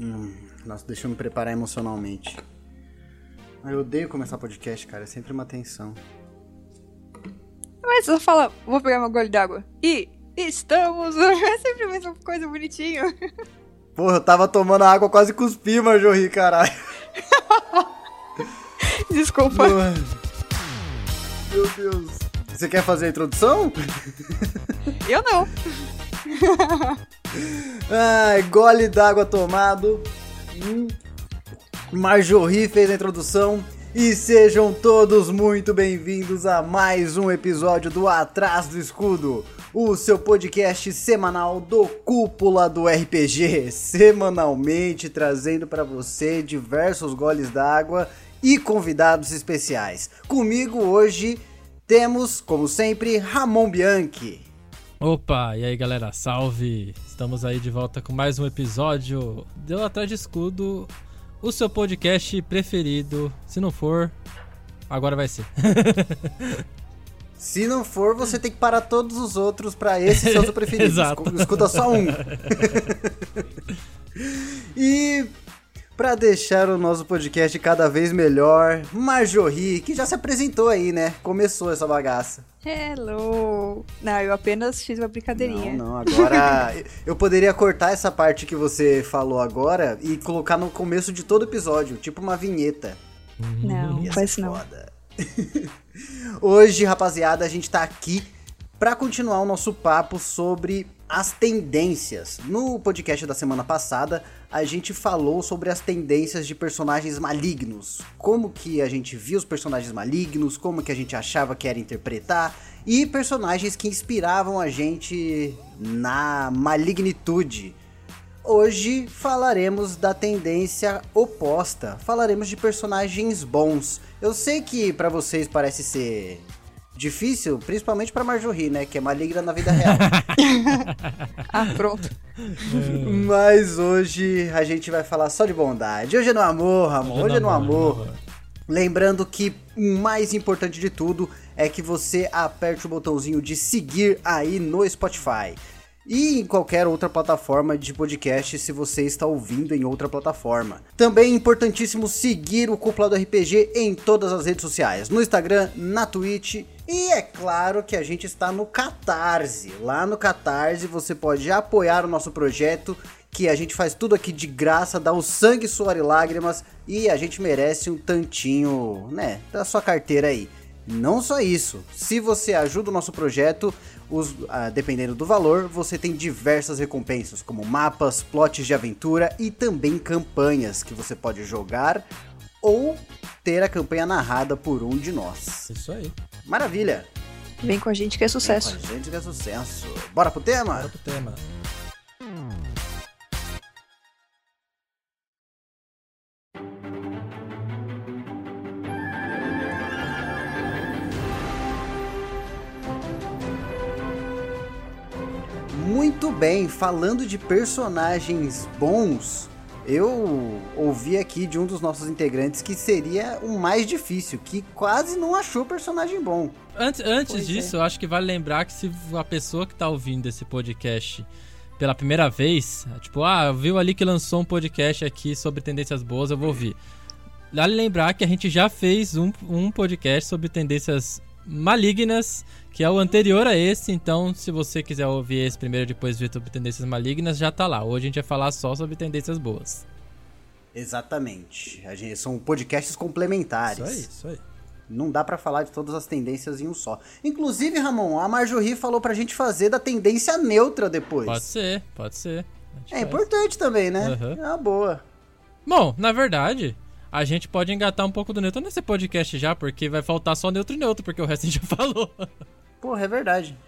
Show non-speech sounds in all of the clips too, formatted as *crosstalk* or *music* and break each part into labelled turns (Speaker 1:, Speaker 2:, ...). Speaker 1: Hum, nossa, deixa eu me preparar emocionalmente. Ah, Eu odeio começar podcast, cara. É sempre uma tensão.
Speaker 2: Mas só fala, vou pegar meu gole d'água. E estamos! *laughs* É sempre a mesma coisa bonitinho. *laughs*
Speaker 1: Porra, eu tava tomando a água, quase cuspi, Marjorie, caralho.
Speaker 2: Desculpa.
Speaker 1: Mano. Meu Deus. Você quer fazer a introdução?
Speaker 2: Eu não.
Speaker 1: Ai, gole d'água tomado. Hum. Marjorie fez a introdução. E sejam todos muito bem-vindos a mais um episódio do Atrás do Escudo, o seu podcast semanal do Cúpula do RPG, semanalmente trazendo para você diversos goles d'água e convidados especiais. Comigo hoje temos, como sempre, Ramon Bianchi.
Speaker 3: Opa, e aí galera, salve! Estamos aí de volta com mais um episódio Deu Atrás de Escudo, o seu podcast preferido. Se não for, agora vai ser.
Speaker 1: Se não for, você tem que parar todos os outros pra esse ser o seu preferido.
Speaker 3: Exato.
Speaker 1: Escu- Escuta só um. e pra deixar o nosso podcast cada vez melhor, Marjorie, que já se apresentou aí, né? Começou essa bagaça.
Speaker 2: Hello. Não, eu apenas fiz uma brincadeirinha.
Speaker 1: Não, não, agora eu poderia cortar essa parte que você falou agora e colocar no começo de todo episódio, tipo uma vinheta.
Speaker 2: Não,
Speaker 1: Ia
Speaker 2: faz
Speaker 1: ser
Speaker 2: não.
Speaker 1: foda. *laughs* Hoje, rapaziada, a gente tá aqui pra continuar o nosso papo sobre as tendências. No podcast da semana passada, a gente falou sobre as tendências de personagens malignos. Como que a gente via os personagens malignos, como que a gente achava que era interpretar e personagens que inspiravam a gente na malignitude. Hoje falaremos da tendência oposta. Falaremos de personagens bons. Eu sei que pra vocês parece ser difícil, principalmente pra Marjorie, né, que é maligna na vida real. *laughs*
Speaker 2: Ah, pronto.
Speaker 1: Mas hoje a gente vai falar só de bondade. Hoje é no amor, Ramon. Hoje é no amor. Lembrando que o mais importante de tudo é que você aperte o botãozinho de seguir aí no Spotify. E em qualquer outra plataforma de podcast, se você está ouvindo em outra plataforma. Também é importantíssimo seguir o Cúpula do RPG em todas as redes sociais. No Instagram, na Twitch. E é claro que a gente está no Catarse. Lá no Catarse você pode apoiar o nosso projeto que a gente faz tudo aqui de graça, dá o sangue, suor e lágrimas e a gente merece um tantinho, né, da sua carteira aí. Não só isso, se você ajuda o nosso projeto, os- ah, dependendo do valor, você tem diversas recompensas, como mapas, plots de aventura e também campanhas que você pode jogar ou ter a campanha narrada por um de nós.
Speaker 3: Isso aí.
Speaker 1: Maravilha!
Speaker 2: Vem com a gente que é sucesso.
Speaker 1: Vem com a gente que é sucesso! Bora pro tema?
Speaker 3: Bora pro tema.
Speaker 1: Muito bem, falando de personagens bons, eu ouvi aqui de um dos nossos integrantes que seria o mais difícil, que quase não achou personagem bom.
Speaker 3: Antes, antes
Speaker 2: Pois é.
Speaker 3: disso, eu acho que vale lembrar que se a pessoa que tá ouvindo esse podcast pela primeira vez, é tipo, ah, viu ali que lançou um podcast aqui sobre tendências boas, eu vou ouvir. Vale lembrar que a gente já fez um, um podcast sobre tendências malignas, que é o anterior a esse, então se você quiser ouvir esse primeiro e depois ver sobre tendências malignas, já tá lá. Hoje a gente vai falar só sobre tendências boas.
Speaker 1: Exatamente. A gente, são podcasts complementares.
Speaker 3: isso aí.
Speaker 1: Não dá pra falar de todas as tendências em um só. Inclusive, Ramon, a Marjorie falou pra gente fazer da tendência neutra depois.
Speaker 3: Pode ser, pode ser. A gente
Speaker 1: É
Speaker 3: faz.
Speaker 1: importante também, né?
Speaker 3: Uhum.
Speaker 1: É uma boa.
Speaker 3: Bom, na verdade, a gente pode engatar um pouco do neutro nesse podcast já, porque vai faltar só neutro e neutro, porque o resto a gente já *laughs* falou.
Speaker 1: Porra, é verdade.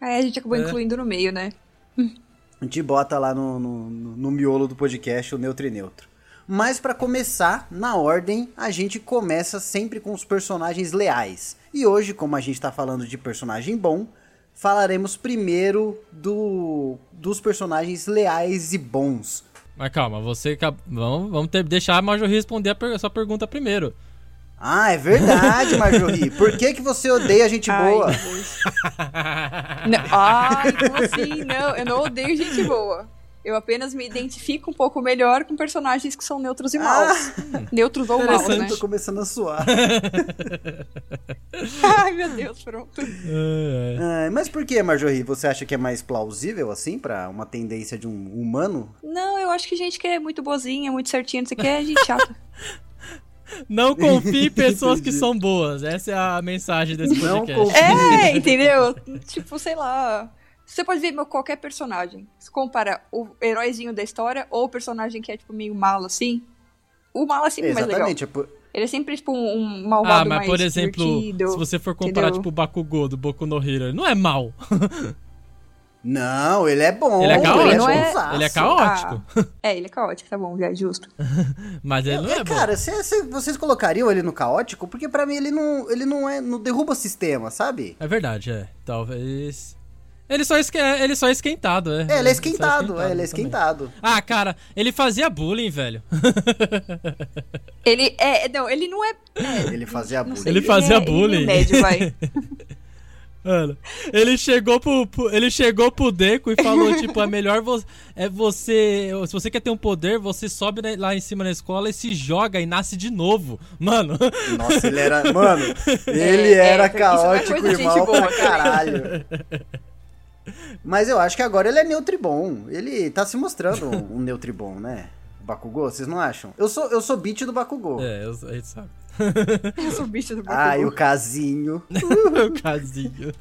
Speaker 2: Aí a gente acabou
Speaker 3: É.
Speaker 2: incluindo no meio, né?
Speaker 1: A gente bota lá no, no, no- no miolo do podcast o neutro e neutro. Mas pra começar, na ordem, a gente começa sempre com os personagens leais. E hoje, como a gente tá falando de personagem bom, falaremos primeiro do, dos personagens leais e bons.
Speaker 3: Mas calma, você. acab- Vamos, vamos ter, deixar a Major responder a, per- a sua pergunta
Speaker 1: *laughs*
Speaker 3: primeiro.
Speaker 1: Ah, é verdade, Marjorie. Por que, que você odeia gente
Speaker 2: Ai,
Speaker 1: boa?
Speaker 2: Deus. Não. Ai, como assim? Não, eu não odeio gente boa. Eu apenas me identifico um pouco melhor com personagens que são neutros e maus. neutros ou maus, né?
Speaker 1: Eu tô começando a suar.
Speaker 2: Ai, meu Deus, pronto.
Speaker 3: É, é.
Speaker 1: Ah, mas por que, Marjorie? Você acha que é mais plausível, assim, pra uma tendência de um humano?
Speaker 2: Não, eu acho que gente que é muito boazinha, muito certinha, não sei o que, é
Speaker 1: *laughs*
Speaker 2: gente chata.
Speaker 3: Não confie em pessoas que são boas. Essa é a mensagem desse
Speaker 1: Não
Speaker 3: podcast.
Speaker 1: confie.
Speaker 2: É, *laughs* entendeu? Tipo, sei lá. Você pode ver meu, qualquer personagem. Se compara o heróizinho da história ou o personagem que é, tipo, meio malo, assim. O malo é sempre mais legal.
Speaker 1: Exatamente. é por-
Speaker 2: Ele é sempre, tipo, um, um malvado
Speaker 3: Ah, mas
Speaker 2: mais
Speaker 3: por exemplo,
Speaker 2: divertido.
Speaker 3: se você for comparar,
Speaker 2: entendeu?
Speaker 3: tipo, o Bakugou do Boku no Hero, ele não é mal.
Speaker 1: Não, ele é bom.
Speaker 3: Ele é caótico.
Speaker 1: Ele é, bonzaço.
Speaker 3: Ele é caótico.
Speaker 2: *laughs* É, ele é caótico, tá bom, já é justo.
Speaker 3: Mas ele não
Speaker 1: É,
Speaker 3: é, bom.
Speaker 1: cara, cê- cê- vocês colocariam ele no caótico? Porque pra mim ele não, ele não é, não derruba sistema, sabe?
Speaker 3: É verdade, é. Talvez. Ele só, esque... ele só é esquentado, é.
Speaker 1: É, ele é
Speaker 3: só
Speaker 1: esquentado, é, ele é
Speaker 3: também.
Speaker 1: esquentado.
Speaker 3: Ah, cara, ele fazia bullying, velho. *laughs*
Speaker 2: Ele é. Não, ele não é. é,
Speaker 1: Ele fazia
Speaker 2: não
Speaker 1: bullying.
Speaker 2: sei,
Speaker 3: Ele fazia
Speaker 2: é-
Speaker 3: bullying.
Speaker 2: Ele é médio,
Speaker 3: *laughs*
Speaker 2: vai. *laughs*
Speaker 3: Mano, ele chegou pro, pro- ele chegou pro Deco e falou tipo, é melhor você é você, se você quer ter um poder, você sobe na- lá em cima na escola e se joga e nasce de novo. Mano,
Speaker 1: Nossa, ele
Speaker 3: *laughs*
Speaker 1: era. Mano, ele
Speaker 2: É, é,
Speaker 1: era
Speaker 2: isso é
Speaker 1: caótico,
Speaker 2: coisa de gente
Speaker 1: irmão,
Speaker 2: boa,
Speaker 1: pra
Speaker 2: cara.
Speaker 1: *laughs* caralho. Mas eu acho que agora ele é neutro e bom. Ele tá se
Speaker 3: *laughs*
Speaker 1: mostrando um, um neutro e bom, né? O Bakugou, vocês não acham? Eu sou, eu sou beat do Bakugou.
Speaker 3: *laughs* é, eu, a gente sabe.
Speaker 2: Eu sou um bicho do Bakugou.
Speaker 1: Ah, e o casinho.
Speaker 3: o É um casinho.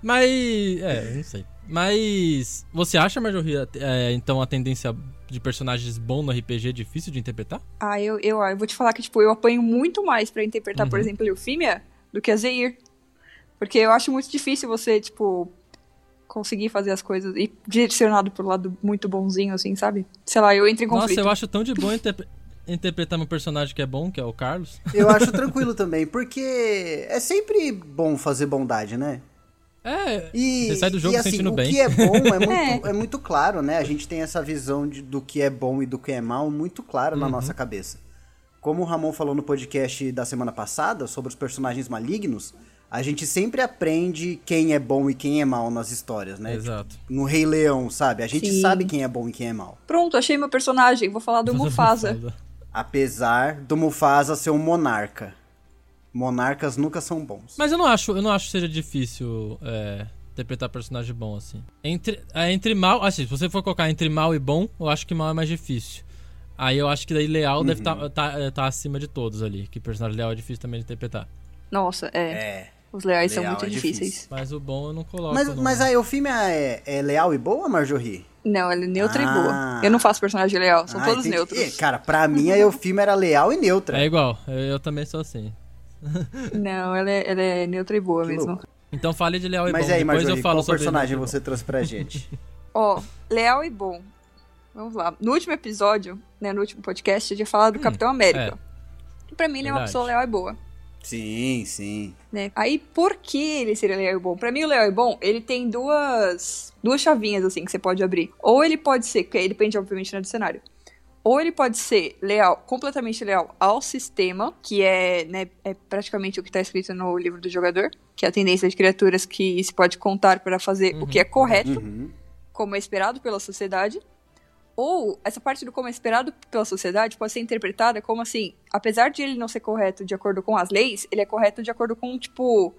Speaker 3: Mas. É, não sei. Mas. Você acha, Marjorie, é, então a tendência de personagens bom no RPG é difícil de interpretar?
Speaker 2: Ah, eu, eu, eu vou te falar que, tipo, eu apanho muito mais pra interpretar,
Speaker 3: Uhum.
Speaker 2: por exemplo, Eufímia do que a Zeir. Porque eu acho muito difícil você, tipo, conseguir fazer as coisas e direcionado pro lado muito bonzinho, assim, sabe? Sei lá, eu entro em conflito.
Speaker 3: Nossa, eu acho tão de bom interpre- interpretar meu personagem que é bom, que é o Carlos.
Speaker 1: Eu acho tranquilo também, porque é sempre bom fazer bondade, né?
Speaker 3: É.
Speaker 1: E,
Speaker 3: Você sai do
Speaker 1: e,
Speaker 3: jogo se
Speaker 1: assim,
Speaker 3: sentindo
Speaker 1: o
Speaker 3: bem.
Speaker 1: que é bom é muito, é muito claro, né? A gente tem essa visão de- do que é bom e do que é mal muito claro
Speaker 3: Uhum.
Speaker 1: na nossa cabeça. Como o Ramon falou no podcast da semana passada sobre os personagens malignos, a gente sempre aprende quem é bom e quem é mal nas histórias, né?
Speaker 3: Exato.
Speaker 1: No Rei Leão, sabe? A gente
Speaker 2: Sim.
Speaker 1: sabe quem é bom e quem é mal.
Speaker 2: Pronto, achei meu personagem. Vou falar
Speaker 3: *laughs*
Speaker 2: do Mufasa.
Speaker 1: Apesar do Mufasa ser um monarca. Monarcas nunca são bons.
Speaker 3: Mas eu não acho, eu não acho que seja difícil é, interpretar personagem bom, assim. Entre, é, entre mal, assim, se você for colocar entre mal e bom, eu acho que mal é mais difícil. Aí eu acho que daí leal deve tá, estar
Speaker 1: Uhum.
Speaker 3: acima de todos ali, que personagem leal é difícil também de interpretar.
Speaker 2: Nossa, é.
Speaker 1: É.
Speaker 2: Os leais são
Speaker 1: Leal
Speaker 2: muito
Speaker 1: é difícil.
Speaker 2: difíceis.
Speaker 3: Mas o bom eu não coloco.
Speaker 1: Mas,
Speaker 3: não.
Speaker 1: mas a Eufímia é, é leal e boa, Marjorie?
Speaker 2: Não, ela é neutra
Speaker 1: Ah.
Speaker 2: e boa. Eu não faço personagem leal, são
Speaker 1: Ah,
Speaker 2: todos
Speaker 1: entendi.
Speaker 2: neutros.
Speaker 1: Ih, Cara, pra mim a Eufímia era leal e neutra.
Speaker 3: É igual, eu, eu também sou assim.
Speaker 2: Não, ela é, ela é neutra e boa
Speaker 1: Que
Speaker 2: mesmo.
Speaker 1: louco.
Speaker 3: Então fale de leal e
Speaker 1: Mas
Speaker 3: bom,
Speaker 1: e aí,
Speaker 3: depois
Speaker 1: Marjorie,
Speaker 3: eu falo
Speaker 1: qual
Speaker 3: sobre então.
Speaker 1: personagem
Speaker 3: leal e bom.
Speaker 1: você trouxe pra
Speaker 3: *laughs*
Speaker 1: gente?
Speaker 2: Ó, leal e bom. Vamos lá. No último episódio, né, no último podcast, eu tinha falado do Capitão América. E Pra mim, ele é uma
Speaker 3: Verdade.
Speaker 2: pessoa leal e boa,
Speaker 1: sim, sim.
Speaker 2: né? Aí, por que ele seria leal e bom? Pra mim, o leal e bom, ele tem duas duas chavinhas, assim, que você pode abrir. Ou ele pode ser, que aí depende, obviamente, né, do cenário. Ou ele pode ser leal, completamente leal ao sistema, que é, né, é praticamente o que tá escrito no livro do jogador, que é a tendência de criaturas que se pode contar para fazer o que é correto
Speaker 1: Uhum.
Speaker 2: como é esperado pela sociedade, ou essa parte do como é esperado pela sociedade pode ser interpretada como assim, apesar de ele não ser correto de acordo com as leis, ele é correto de acordo com, tipo,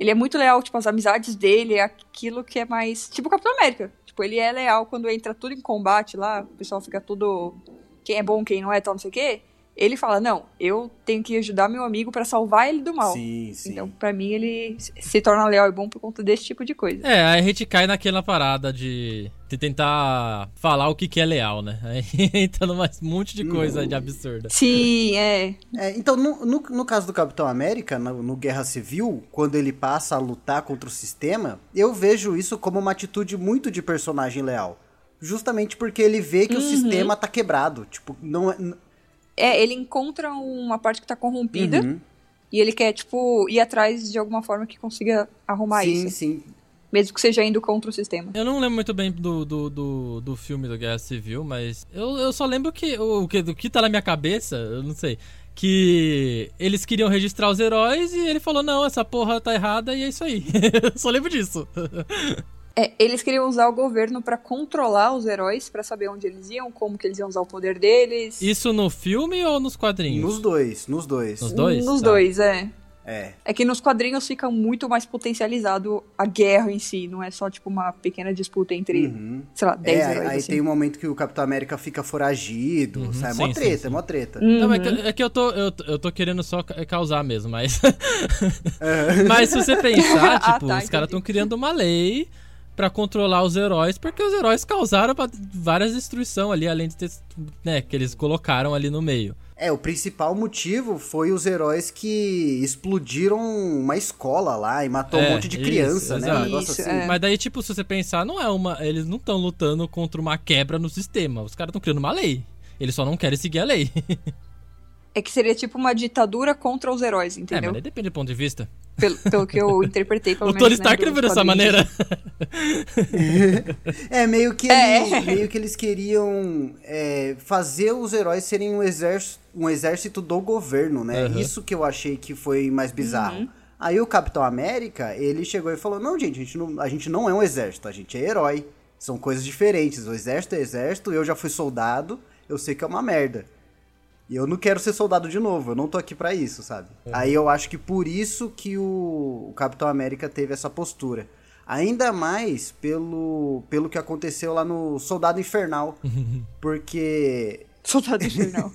Speaker 2: ele é muito leal, tipo, as amizades dele, é aquilo que é mais, tipo o Capitão América. Tipo, ele é leal quando entra tudo em combate lá, o pessoal fica tudo quem é bom, quem não é, tal, não sei o quê. Ele fala: "Não, eu tenho que ajudar meu amigo pra salvar ele do mal".
Speaker 1: Sim, sim.
Speaker 2: Então, pra mim ele se- se torna leal e bom por conta desse tipo de coisa.
Speaker 3: É, aí a gente cai naquela parada de, de tentar falar o que, que é leal, né? Aí *laughs* entra num monte de coisa
Speaker 1: Uhum.
Speaker 3: de absurda.
Speaker 2: Sim, é.
Speaker 1: É, então, no, no, no caso do Capitão América, no, no Guerra Civil, quando ele passa a lutar contra o sistema, eu vejo isso como uma atitude muito de personagem leal. Justamente porque ele vê
Speaker 2: Uhum.
Speaker 1: que o sistema tá quebrado. Tipo, não é. n-
Speaker 2: É, ele encontra uma parte que tá corrompida
Speaker 1: Uhum.
Speaker 2: e ele quer, tipo, ir atrás de alguma forma que consiga arrumar
Speaker 1: Sim,
Speaker 2: isso.
Speaker 1: sim.
Speaker 2: Mesmo que seja indo contra o sistema.
Speaker 3: Eu não lembro muito bem do, do, do, do filme do Guerra Civil, mas eu, eu só lembro que o, o que do que tá na minha cabeça, eu não sei, que eles queriam registrar *laughs* os heróis e ele falou: "Não, essa porra tá errada" e é isso aí. eu só lembro disso.
Speaker 2: É, eles queriam usar o governo pra controlar os heróis, pra saber onde eles iam, como que eles iam usar o poder deles.
Speaker 3: *laughs* Isso no filme ou nos quadrinhos?
Speaker 1: Nos dois, nos dois.
Speaker 3: Nos dois?
Speaker 2: Nos
Speaker 3: Tá.
Speaker 2: Um dois, é.
Speaker 1: É.
Speaker 2: É que nos quadrinhos fica muito mais potencializado a guerra em si, não é só tipo uma pequena disputa entre,
Speaker 1: Uhum.
Speaker 2: sei lá, 10
Speaker 1: É, aí,
Speaker 2: heróis.
Speaker 1: aí
Speaker 2: assim.
Speaker 1: tem um momento que o Capitão América fica foragido,
Speaker 3: Uhum,
Speaker 1: sai, é
Speaker 3: sim,
Speaker 1: mó
Speaker 3: sim,
Speaker 1: treta,
Speaker 3: sim.
Speaker 1: é mó treta.
Speaker 2: Hum.
Speaker 3: Não, é que, é que eu, tô, eu, tô- eu tô querendo só ca- causar mesmo, mas. *laughs*
Speaker 1: É.
Speaker 3: mas se você
Speaker 2: *laughs*
Speaker 3: pensar,
Speaker 2: Ah, tá,
Speaker 3: tipo, os
Speaker 2: entendi.
Speaker 3: caras estão criando uma lei pra controlar os heróis, porque os heróis causaram ba- várias destruição ali, além de ter. né, que eles colocaram ali no meio.
Speaker 1: É, o principal motivo foi os heróis que explodiram uma escola lá e matou
Speaker 3: É,
Speaker 1: um monte de
Speaker 3: isso,
Speaker 1: criança, né? Um
Speaker 3: exato.
Speaker 1: negócio
Speaker 2: Isso,
Speaker 1: assim.
Speaker 2: é.
Speaker 3: Mas daí, tipo, se você pensar, não é uma. Eles não estão lutando contra uma quebra no sistema. Os caras estão criando uma lei. Eles só não querem seguir a lei. *laughs*
Speaker 2: É que seria tipo uma ditadura contra os heróis,
Speaker 3: É, mas
Speaker 2: entendeu?
Speaker 3: daí depende do ponto de vista.
Speaker 2: pelo, pelo que eu *laughs* interpretei, pelo
Speaker 3: o
Speaker 2: menos.
Speaker 3: Tony
Speaker 2: né,
Speaker 3: Stark
Speaker 2: dos
Speaker 3: não viu dessa
Speaker 2: quadrinhos.
Speaker 3: maneira. *laughs*
Speaker 1: É, meio que,
Speaker 2: É.
Speaker 1: eles- meio que eles queriam é, fazer os heróis serem um exército, um exército do governo, né?
Speaker 3: Aham.
Speaker 1: Isso que eu achei que foi mais bizarro. Aí o Capitão América, ele chegou e falou: Não, gente, a gente não, a gente não é um exército, a gente é herói. São coisas diferentes. O exército é exército, eu já fui soldado, eu sei que é uma merda. E eu não quero ser soldado de novo, eu não tô aqui pra isso, sabe?
Speaker 3: Uhum.
Speaker 1: Aí eu acho que por isso que o, o Capitão América teve essa postura. Ainda mais pelo, pelo que aconteceu lá no Soldado
Speaker 3: *laughs*
Speaker 1: Infernal. porque.
Speaker 2: *laughs* Soldado Invernal.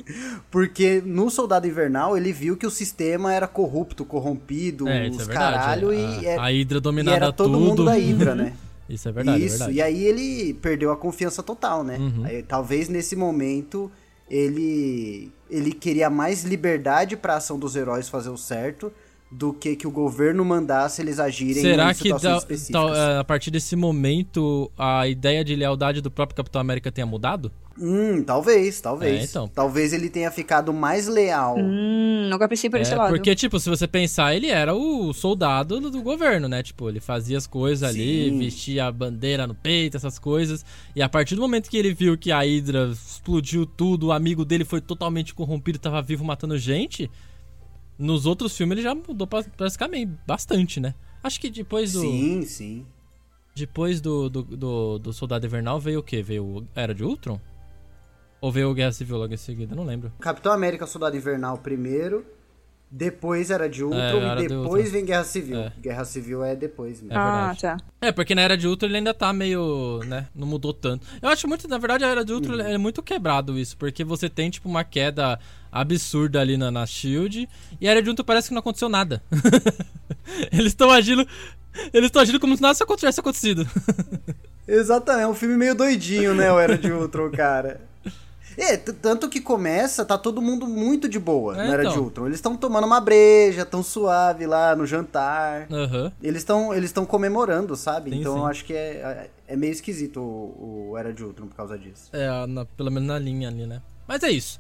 Speaker 1: Porque no Soldado Invernal ele viu que o sistema era corrupto, corrompido,
Speaker 3: É, isso
Speaker 1: os
Speaker 3: é verdade.
Speaker 1: caralho,
Speaker 3: a,
Speaker 1: e,
Speaker 3: a-
Speaker 1: é-
Speaker 3: a Hydra
Speaker 1: e
Speaker 3: dominava
Speaker 1: era todo
Speaker 3: tudo.
Speaker 1: mundo da Hydra,
Speaker 3: *laughs*
Speaker 1: né?
Speaker 3: Isso é verdade,
Speaker 1: Isso,
Speaker 3: é
Speaker 1: e
Speaker 3: verdade.
Speaker 1: aí ele perdeu a confiança total, né?
Speaker 3: Uhum.
Speaker 1: Aí, talvez nesse momento ele ele queria mais liberdade pra ação dos heróis fazer o certo do que que o governo mandasse eles agirem
Speaker 3: Será
Speaker 1: em
Speaker 3: que
Speaker 1: situações
Speaker 3: da-
Speaker 1: específicas.
Speaker 3: tal- é, a partir desse momento a ideia de lealdade do próprio Capitão América tenha mudado?
Speaker 1: Hum, talvez, talvez.
Speaker 3: É, então.
Speaker 1: Talvez ele tenha ficado mais leal.
Speaker 2: hum, nunca pensei por esse
Speaker 3: É,
Speaker 2: lado.
Speaker 3: porque, tipo, se você pensar, ele era o soldado do, do governo, né? Tipo, ele fazia as coisas ali,
Speaker 1: Sim.
Speaker 3: vestia a bandeira no peito, essas coisas. E a partir do momento que ele viu que a Hydra explodiu tudo, o amigo dele foi totalmente corrompido, tava vivo matando gente. Nos outros filmes ele já mudou pra- basicamente bastante, né? Acho que depois do.
Speaker 1: Sim, sim.
Speaker 3: Depois do, do, do, do Soldado Invernal veio o quê? Veio o Era de Ultron? Ou veio o Guerra Civil logo em seguida? Não lembro.
Speaker 1: Capitão América Soldado Invernal primeiro, depois era de Ultron
Speaker 3: É, era de
Speaker 1: e depois
Speaker 3: Ultron.
Speaker 1: vem Guerra Civil.
Speaker 3: É.
Speaker 1: Guerra Civil é depois mesmo.
Speaker 3: É
Speaker 2: ah,
Speaker 3: verdade.
Speaker 2: tá.
Speaker 3: É, porque na Era de Ultron ele ainda tá meio, né, não mudou tanto. Eu acho muito, na verdade, a Era de Ultron é muito quebrado isso, porque você tem, tipo, uma queda absurda ali na, na SHIELD, e a Era de Ultron parece que não aconteceu nada. *laughs* eles estão agindo... Eles estão agindo como se nada tivesse acontecido. *laughs*
Speaker 1: Exatamente, é um filme meio doidinho, né? O Era de Ultron, cara. É, t- tanto que começa, tá todo mundo muito de boa
Speaker 3: É,
Speaker 1: no Era
Speaker 3: então.
Speaker 1: de Ultron. Eles estão tomando uma breja, tão suave lá no jantar.
Speaker 3: Aham.
Speaker 1: Eles estão eles tão comemorando, sabe?
Speaker 3: Sim,
Speaker 1: então
Speaker 3: sim.
Speaker 1: eu acho que é, é meio esquisito o, o Era de Ultron por causa disso.
Speaker 3: É, na- pelo menos na linha ali, né? Mas é isso.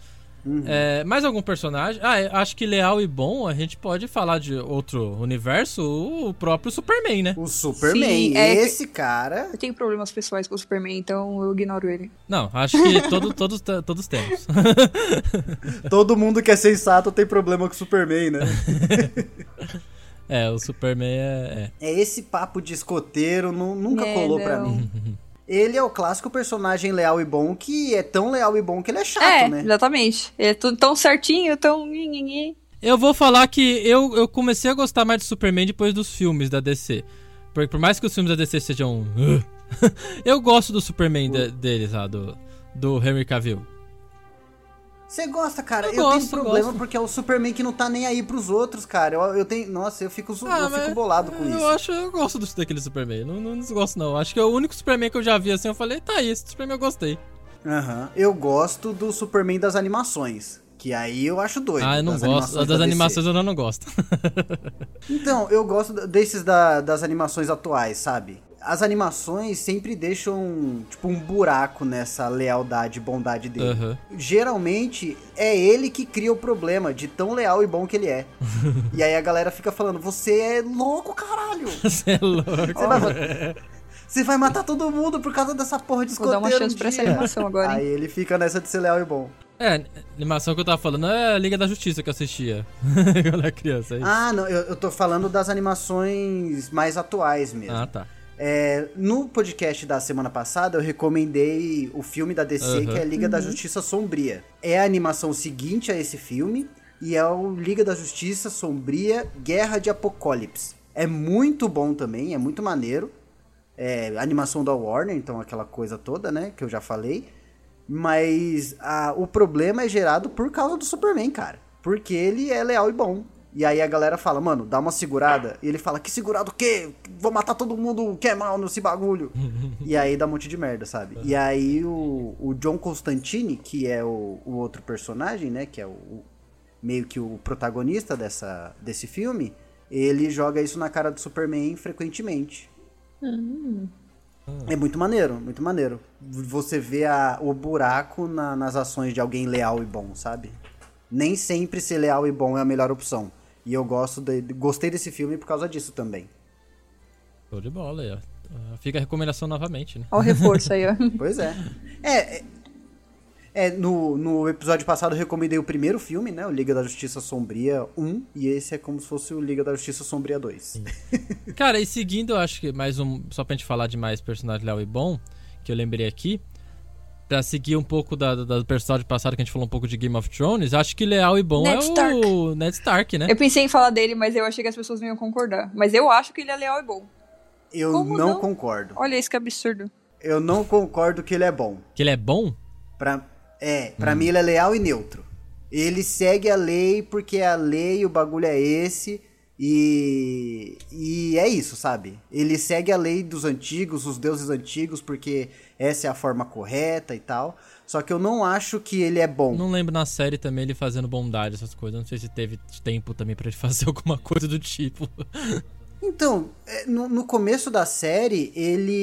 Speaker 3: É, mais algum personagem? Ah, eu acho que leal e bom, a gente pode falar de outro universo, o- o próprio Superman, né?
Speaker 1: O Superman,
Speaker 2: Sim, é que-
Speaker 1: esse cara.
Speaker 2: Eu tenho problemas pessoais com o Superman, então eu ignoro ele.
Speaker 3: Não, acho que todo, todos, todos temos.
Speaker 1: Todo mundo que é sensato tem problema com o Superman, né?
Speaker 3: É, o Superman é.
Speaker 1: É esse papo de escoteiro, nu- nunca
Speaker 2: É,
Speaker 1: colou pra
Speaker 2: não.
Speaker 1: mim.
Speaker 3: *laughs*
Speaker 1: Ele é o clássico personagem leal e bom que é tão leal e bom que ele é chato,
Speaker 2: é,
Speaker 1: né?
Speaker 2: exatamente. Ele é tu- tão certinho, tão.
Speaker 3: é. Eu vou falar que eu, eu comecei a gostar mais do Superman depois dos filmes da DC. Porque por mais que os filmes da DC sejam. "Ugh", *laughs* eu gosto do Superman
Speaker 1: Hum.
Speaker 3: de- deles lá, do, do Henry Cavill.
Speaker 1: Você gosta, cara?
Speaker 3: Eu
Speaker 1: Eu, tenho
Speaker 3: gosto,
Speaker 1: problema
Speaker 3: gosto.
Speaker 1: porque é o Superman que não tá nem aí pros outros, cara. Eu, eu tenho. Nossa, eu fico, zo- eu
Speaker 3: Ah, mas
Speaker 1: fico bolado com
Speaker 3: eu
Speaker 1: isso.
Speaker 3: Acho, eu gosto do, daquele Superman. Não, não desgosto, não. Acho que é o único Superman que eu já vi assim. Eu falei, tá, esse Superman eu gostei.
Speaker 1: Aham. Eu gosto do Superman das animações. Que aí eu acho doido.
Speaker 3: ah, eu não gosto. Das,
Speaker 1: da DC.
Speaker 3: animações eu
Speaker 1: *laughs*
Speaker 3: não gosto.
Speaker 1: Então, eu gosto da- desses da- das animações atuais, sabe? As animações sempre deixam, tipo, um buraco nessa lealdade e bondade dele.
Speaker 3: Aham.
Speaker 1: geralmente é ele que cria o problema de tão leal e bom que ele
Speaker 3: *laughs*
Speaker 1: é. e aí a galera fica falando: você é louco,
Speaker 3: *laughs*
Speaker 1: caralho!
Speaker 3: Você é louco.
Speaker 1: Você vai, você vai matar todo mundo por causa dessa porra de
Speaker 2: Vou
Speaker 1: escoteiro.
Speaker 2: dar uma chance
Speaker 1: um
Speaker 2: pra essa
Speaker 1: dia."
Speaker 2: animação agora, hein?
Speaker 1: Aí ele fica nessa de ser leal e bom.
Speaker 3: É, a animação que eu tava falando é a Liga da Justiça que eu assistia *laughs* quando era criança. é isso.
Speaker 1: Ah, não, eu, eu tô falando das animações mais atuais mesmo.
Speaker 3: Ah, tá.
Speaker 1: É, no podcast da semana passada, eu recomendei o filme da DC,
Speaker 3: Aham.
Speaker 1: que é Liga da Justiça Sombria. É a animação seguinte a esse filme, e é o Liga da Justiça Sombria Guerra de Apocalipse. É muito bom também, é muito maneiro. É, animação da Warner, então aquela coisa toda, né, que eu já falei. Mas a- o problema é gerado por causa do Superman, cara. Porque ele é leal e bom. E aí a galera fala, mano, dá uma segurada. E ele fala, que segurado o quê? Vou matar todo mundo que é mal nesse bagulho. e aí dá um monte de merda, sabe? E aí o, o John Constantine, que é o, o outro personagem, né? Que é o, o- meio que o protagonista dessa, desse filme. Ele joga isso na cara do Superman frequentemente. É muito maneiro, muito maneiro. Você vê a- o buraco na- nas ações de alguém leal e bom, sabe? Nem sempre ser leal e bom é a melhor opção. E eu gosto de, de- gostei desse filme por causa disso também.
Speaker 3: Show de bola aí, ó. Ah, Fica a recomendação novamente, né?
Speaker 2: Olha o reforço
Speaker 3: *laughs*
Speaker 2: aí, ó.
Speaker 1: Pois é. É, é- é, no, no episódio passado eu recomendei o primeiro filme, né? O Liga da Justiça Sombria 1. E esse é como se fosse o Liga da Justiça Sombria 2.
Speaker 3: Cara, e seguindo, eu acho que mais um. Só pra gente falar de mais personagem leal e bom, que eu lembrei aqui. Pra seguir um pouco da, da, da personagem passada que a gente falou um pouco de Game of Thrones, acho que leal e bom
Speaker 2: Ned
Speaker 3: é o
Speaker 2: Stark.
Speaker 3: Ned Stark, né?
Speaker 2: Eu pensei em falar dele, mas eu achei que as pessoas não iam concordar. Mas eu acho que ele é leal e bom.
Speaker 1: Eu
Speaker 2: Como
Speaker 1: não,
Speaker 2: não?
Speaker 1: concordo.
Speaker 2: Olha isso que absurdo.
Speaker 1: Eu não concordo que ele é bom.
Speaker 3: Que ele é bom?
Speaker 1: Pra, é, pra mim ele é leal e neutro. Ele segue a lei porque é a lei, o bagulho é esse. E, e é isso, sabe? Ele segue a lei dos antigos, os deuses antigos, porque essa é a forma correta e tal. Só que eu não acho que ele é bom.
Speaker 3: Não lembro na série também ele fazendo bondade, essas coisas. Não sei se teve tempo também pra ele *laughs* fazer alguma coisa do tipo. *laughs*
Speaker 1: Então, é, no, no começo da série,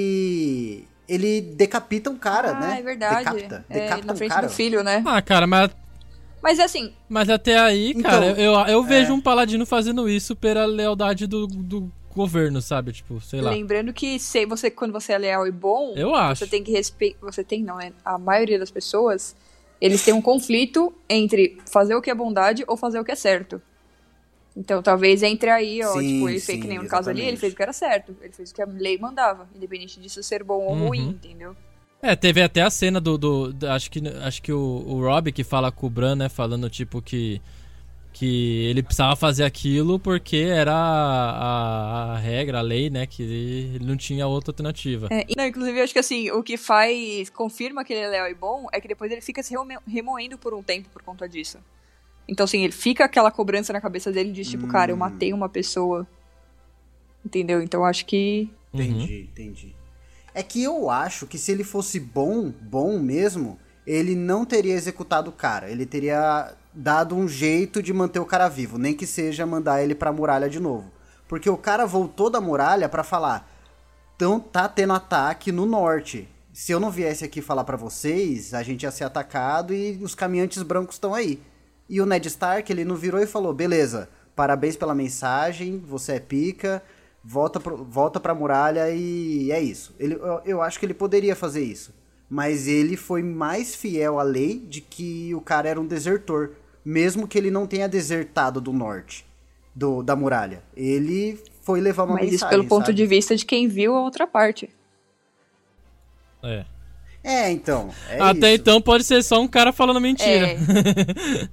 Speaker 1: ele. Ele decapita um cara,
Speaker 2: ah,
Speaker 1: né?
Speaker 2: é verdade.
Speaker 1: Decapita,
Speaker 2: É,
Speaker 1: decapita
Speaker 2: na
Speaker 1: um
Speaker 2: frente
Speaker 1: cara.
Speaker 2: do filho, né?
Speaker 3: Ah, cara, mas,
Speaker 2: Mas assim,
Speaker 3: mas até aí,
Speaker 1: Então,
Speaker 3: cara, eu, eu
Speaker 2: é.
Speaker 3: vejo um paladino fazendo isso pela lealdade do, do governo, sabe? Tipo, sei lá.
Speaker 2: lembrando que se você, quando você é leal e bom,
Speaker 3: Eu acho.
Speaker 2: você tem que respeitar. Você tem, não, né? A maioria das pessoas, eles têm um conflito entre fazer o que é bondade ou fazer o que é certo. Então talvez entre aí, ó,
Speaker 1: Sim,
Speaker 2: tipo, ele
Speaker 1: sim,
Speaker 2: fez que nem no caso ali, ele
Speaker 1: exatamente.
Speaker 2: fez o que era certo. Ele fez o que a lei mandava, independente disso ser bom ou
Speaker 3: Uhum.
Speaker 2: ruim, entendeu?
Speaker 3: É, teve até a cena do. do- da- acho que, acho que o, o Rob que fala com o Bran, né? Falando, tipo, que. Que ele precisava fazer aquilo porque era a, a- a regra, a lei, né? Que ele não tinha outra alternativa.
Speaker 2: É, e- não, inclusive, eu acho que assim, o que faz. confirma que ele é leal e bom é que depois ele fica se remo- remoendo por um tempo por conta disso. Então, assim, ele fica aquela cobrança na cabeça dele de tipo, cara,
Speaker 1: Hum.
Speaker 2: eu matei uma pessoa. Entendeu? Então acho que.
Speaker 1: Entendi, entendi. É que eu acho que se ele fosse bom, bom mesmo, ele não teria executado o cara. Ele teria dado um jeito de manter o cara vivo, nem que seja mandar ele pra muralha de novo. Porque o cara voltou da muralha pra falar: "Então tá tendo ataque no norte. Se eu não viesse aqui falar pra vocês, a gente ia ser atacado e os caminhantes brancos estão aí". E o Ned Stark, ele não virou e falou: "Beleza, parabéns pela mensagem, você é pica" volta, pro, volta pra muralha e é isso. Ele, eu, eu acho que ele poderia fazer isso. Mas ele foi mais fiel à lei de que o cara era um desertor. Mesmo que ele não tenha desertado do norte, do, da muralha. Ele foi levar É uma
Speaker 2: mas
Speaker 1: mensagem,
Speaker 2: isso pelo ponto
Speaker 1: sabe?
Speaker 2: de vista de quem viu a outra parte.
Speaker 3: É.
Speaker 1: É, então. é
Speaker 3: até
Speaker 1: isso.
Speaker 3: então pode ser só um cara falando mentira.
Speaker 2: É,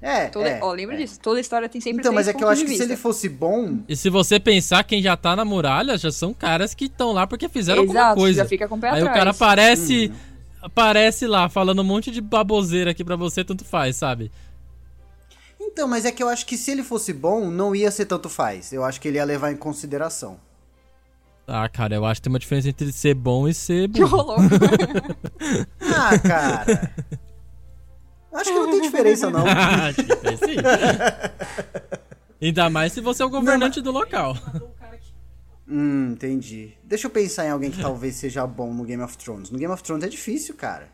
Speaker 1: É,
Speaker 2: toda,
Speaker 1: é,
Speaker 2: ó, lembra
Speaker 1: é.
Speaker 2: disso. Toda história tem sempre
Speaker 1: Então,
Speaker 2: três
Speaker 1: mas é que eu acho
Speaker 2: pontos de
Speaker 1: que se
Speaker 2: vista.
Speaker 1: ele fosse bom,
Speaker 3: *laughs* E se você pensar, quem já tá na muralha já são caras que estão lá porque fizeram alguma
Speaker 2: Exato,
Speaker 3: coisa.
Speaker 2: já fica com o pé
Speaker 3: Aí
Speaker 2: atrás.
Speaker 3: o cara
Speaker 1: Uhum.
Speaker 3: aparece, aparece lá falando um monte de baboseira aqui pra você, tanto faz, sabe?
Speaker 1: Então, mas é que eu acho que se ele fosse bom, não ia ser tanto faz. Eu acho que ele ia levar em consideração.
Speaker 3: Ah, cara, eu acho que tem uma diferença entre ser bom e ser
Speaker 2: *laughs* Que
Speaker 3: burro.
Speaker 2: rolou.
Speaker 1: Ah,
Speaker 3: *laughs*
Speaker 1: cara. Acho que não tem diferença, não.
Speaker 3: Ah, que diferença, sim. Ainda mais se você é o governante do local.
Speaker 1: Hum, entendi. Deixa eu pensar em alguém que talvez seja bom no Game of Thrones. No Game of Thrones é difícil, cara.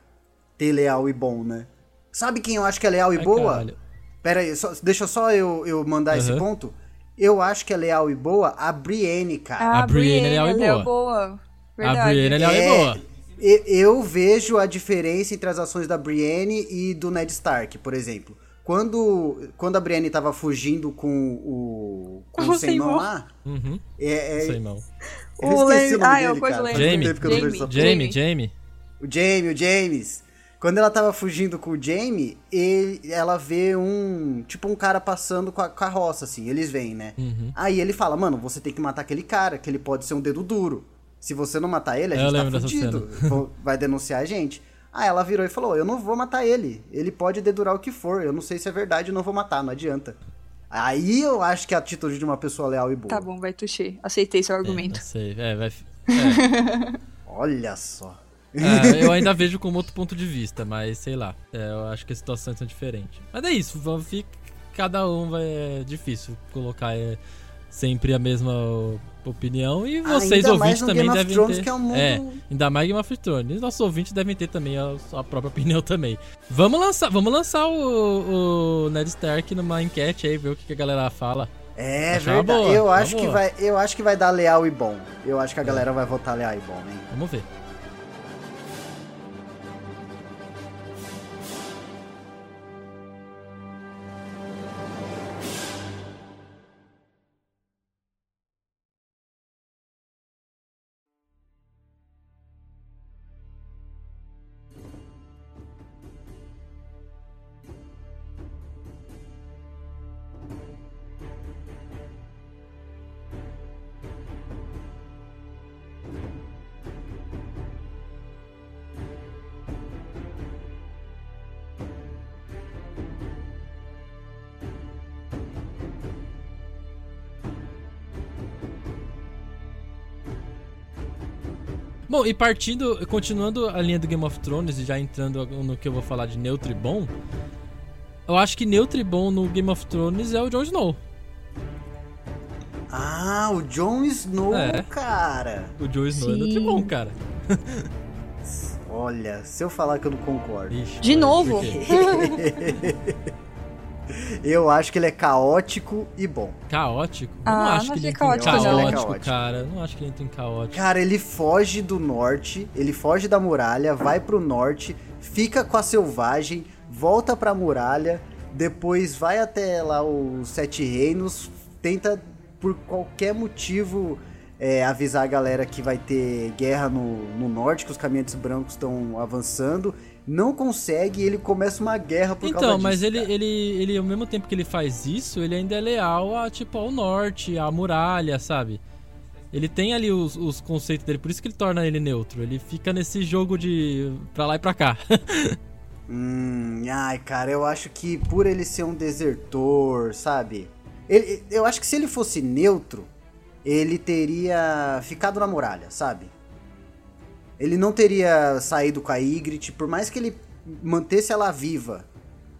Speaker 1: Ter leal e bom, né? Sabe quem eu acho que é leal e
Speaker 3: Ai,
Speaker 1: boa?
Speaker 3: caralho.
Speaker 1: Pera aí, só- deixa só eu, eu mandar esse
Speaker 3: Aham.
Speaker 1: ponto. Eu acho que é leal e boa a Brienne, cara.
Speaker 2: Ah,
Speaker 3: *laughs* A Brienne é leal e
Speaker 2: ela é
Speaker 3: boa.
Speaker 2: boa. Verdade.
Speaker 3: A Brienne ela é,
Speaker 1: É.
Speaker 3: boa.
Speaker 1: E- Eu vejo a diferença entre as ações da Brienne e do Ned Stark, por exemplo. Quando, quando a Brienne tava fugindo com o. Com
Speaker 2: O
Speaker 1: o sem mão
Speaker 2: Senhor.
Speaker 1: lá.
Speaker 3: Uhum,
Speaker 1: É, é,
Speaker 3: sei não.
Speaker 1: eu esqueci o nome
Speaker 2: Ah, é o
Speaker 1: dele,
Speaker 2: coisa
Speaker 1: cara.
Speaker 2: do
Speaker 1: Faz
Speaker 3: Lane.
Speaker 1: muito tempo que eu não vejo
Speaker 2: Jamie.
Speaker 1: essa
Speaker 3: Jamie, Jamie.
Speaker 1: O Jamie, o James. Quando ela tava fugindo com o Jamie, ele- ela vê um. Tipo um cara passando com a carroça, assim. Eles vêm, né?
Speaker 3: Uhum.
Speaker 1: Aí ele fala, mano, você tem que matar aquele cara, que ele pode ser um dedo duro. Se você não matar ele, a
Speaker 3: Eu
Speaker 1: gente
Speaker 3: lembro
Speaker 1: tá
Speaker 3: dessa
Speaker 1: fudido. Vão- Vai denunciar a gente. Aí ela virou e falou, eu não vou matar ele. Ele pode dedurar o que for. Eu não sei se é verdade, eu não vou matar, não adianta. Aí eu acho que é a atitude de uma pessoa leal e boa.
Speaker 2: Tá bom, vai, Tuxê. Aceitei seu
Speaker 3: É, *laughs*
Speaker 2: argumento.
Speaker 3: não sei. É, vai.
Speaker 1: *laughs*
Speaker 3: fi-
Speaker 1: Olha só.
Speaker 3: É, eu ainda vejo com outro ponto de vista, mas sei lá. É, eu acho que as situações são diferentes. Mas é isso, vamos ficar. Cada um vai. É difícil colocar é, sempre a mesma o- opinião. E vocês,
Speaker 1: Ah, Ainda mais
Speaker 3: ouvintes,
Speaker 1: no
Speaker 3: também
Speaker 1: Game of
Speaker 3: devem
Speaker 1: Thrones,
Speaker 3: ter.
Speaker 1: que é um mundo-
Speaker 3: ainda mais Game of Thrones. E os nossos ouvintes devem ter também a sua própria *laughs* opinião também. Vamos lançar, vamos lançar o, o Ned Stark numa enquete aí, ver o que, que a galera fala.
Speaker 1: É
Speaker 3: Acho uma
Speaker 1: verdade.
Speaker 3: boa,
Speaker 1: eu,
Speaker 3: uma
Speaker 1: acho que
Speaker 3: boa.
Speaker 1: vai, eu acho que vai dar leal e bom. Eu acho que a galera vai votar leal e bom, hein?
Speaker 3: Vamos ver. Bom, e partindo, continuando a linha do Game of Thrones e já entrando no que eu vou falar de neutro e bom, eu acho que neutro e bom no Game of Thrones é o Jon Snow.
Speaker 1: Ah, o Jon Snow,
Speaker 3: É.
Speaker 1: cara.
Speaker 3: O Jon Snow é
Speaker 2: Sim.
Speaker 3: neutro e bom, cara.
Speaker 1: Olha, se eu falar que eu não concordo.
Speaker 3: Ixi,
Speaker 2: De
Speaker 3: mas
Speaker 2: novo?
Speaker 3: por quê?
Speaker 2: *laughs*
Speaker 1: Eu acho que ele é caótico e bom.
Speaker 3: Caótico? Eu
Speaker 2: Ah,
Speaker 3: não acho
Speaker 2: não
Speaker 3: que ele
Speaker 2: achei
Speaker 3: entra em
Speaker 2: caótico, não.
Speaker 1: Ele é
Speaker 3: caótico,
Speaker 1: caótico.
Speaker 3: cara. Eu Não acho que ele entra em caótico.
Speaker 1: Cara, ele foge do norte, ele foge da muralha, vai pro norte, fica com a selvagem, volta pra muralha, depois vai até lá os Sete Reinos, tenta por qualquer motivo é, avisar a galera que vai ter guerra no, no norte, que os caminhantes brancos estão avançando, não consegue e ele começa uma guerra por causa
Speaker 3: Então,
Speaker 1: disso.
Speaker 3: mas ele,
Speaker 1: cara.
Speaker 3: ele, ele, ao mesmo tempo que ele faz isso, ele ainda é leal a, tipo, ao norte, à muralha, sabe? Ele tem ali os, os conceitos dele, por isso que ele torna ele neutro. Ele fica nesse jogo de pra lá e pra cá. *laughs* É
Speaker 1: Hum, ai, cara, eu acho que por ele ser um desertor, sabe? Ele- eu acho que se ele fosse neutro, ele teria ficado na muralha, sabe? Ele não teria saído com a Ygritte, por mais que ele mantesse ela viva.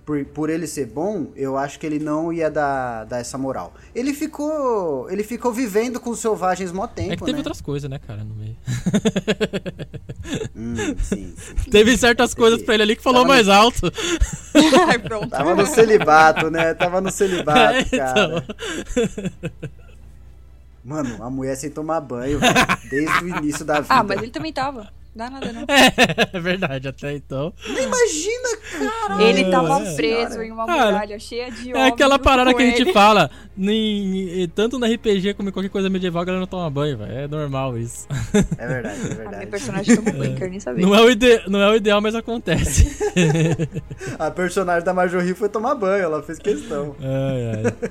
Speaker 1: Por, por ele ser bom, eu acho que ele não ia dar, dar essa moral. Ele ficou, ele ficou vivendo com os selvagens mó tempo,
Speaker 3: é que teve
Speaker 1: né?
Speaker 3: outras coisas, né, cara, no meio.
Speaker 1: Hum,
Speaker 3: *laughs*
Speaker 1: sim, sim.
Speaker 3: teve certas coisas pra ele ali que falou
Speaker 1: *laughs*
Speaker 3: mais alto.
Speaker 2: Ai, pronto.
Speaker 1: Tava
Speaker 2: *laughs*
Speaker 1: no celibato, né? Tava
Speaker 3: *laughs*
Speaker 1: no celibato,
Speaker 3: É,
Speaker 1: cara.
Speaker 3: então. *laughs*
Speaker 1: Mano, a mulher sem tomar banho velho, desde o início da vida.
Speaker 2: *laughs* Ah, mas ele também tava. Dá nada, não.
Speaker 3: É, é verdade, até então.
Speaker 1: Imagina,
Speaker 2: Ele tava
Speaker 1: Nossa
Speaker 2: preso
Speaker 1: Senhora.
Speaker 2: em uma
Speaker 3: Cara,
Speaker 2: muralha cheia de homens.
Speaker 3: É aquela
Speaker 2: junto
Speaker 3: parada
Speaker 2: com
Speaker 3: que a gente
Speaker 2: ele.
Speaker 3: fala, em- em- tanto no RPG como em qualquer coisa medieval, a galera não toma banho, velho. É normal isso.
Speaker 1: É verdade, é
Speaker 2: A minha
Speaker 1: verdade.
Speaker 2: personagem tomou
Speaker 1: um
Speaker 2: banho, quero nem
Speaker 1: *laughs*
Speaker 2: saber.
Speaker 3: Não é o, ide- não é o ideal, mas acontece.
Speaker 1: A personagem da Marjorie foi tomar banho, ela fez questão.
Speaker 3: Ai, ai.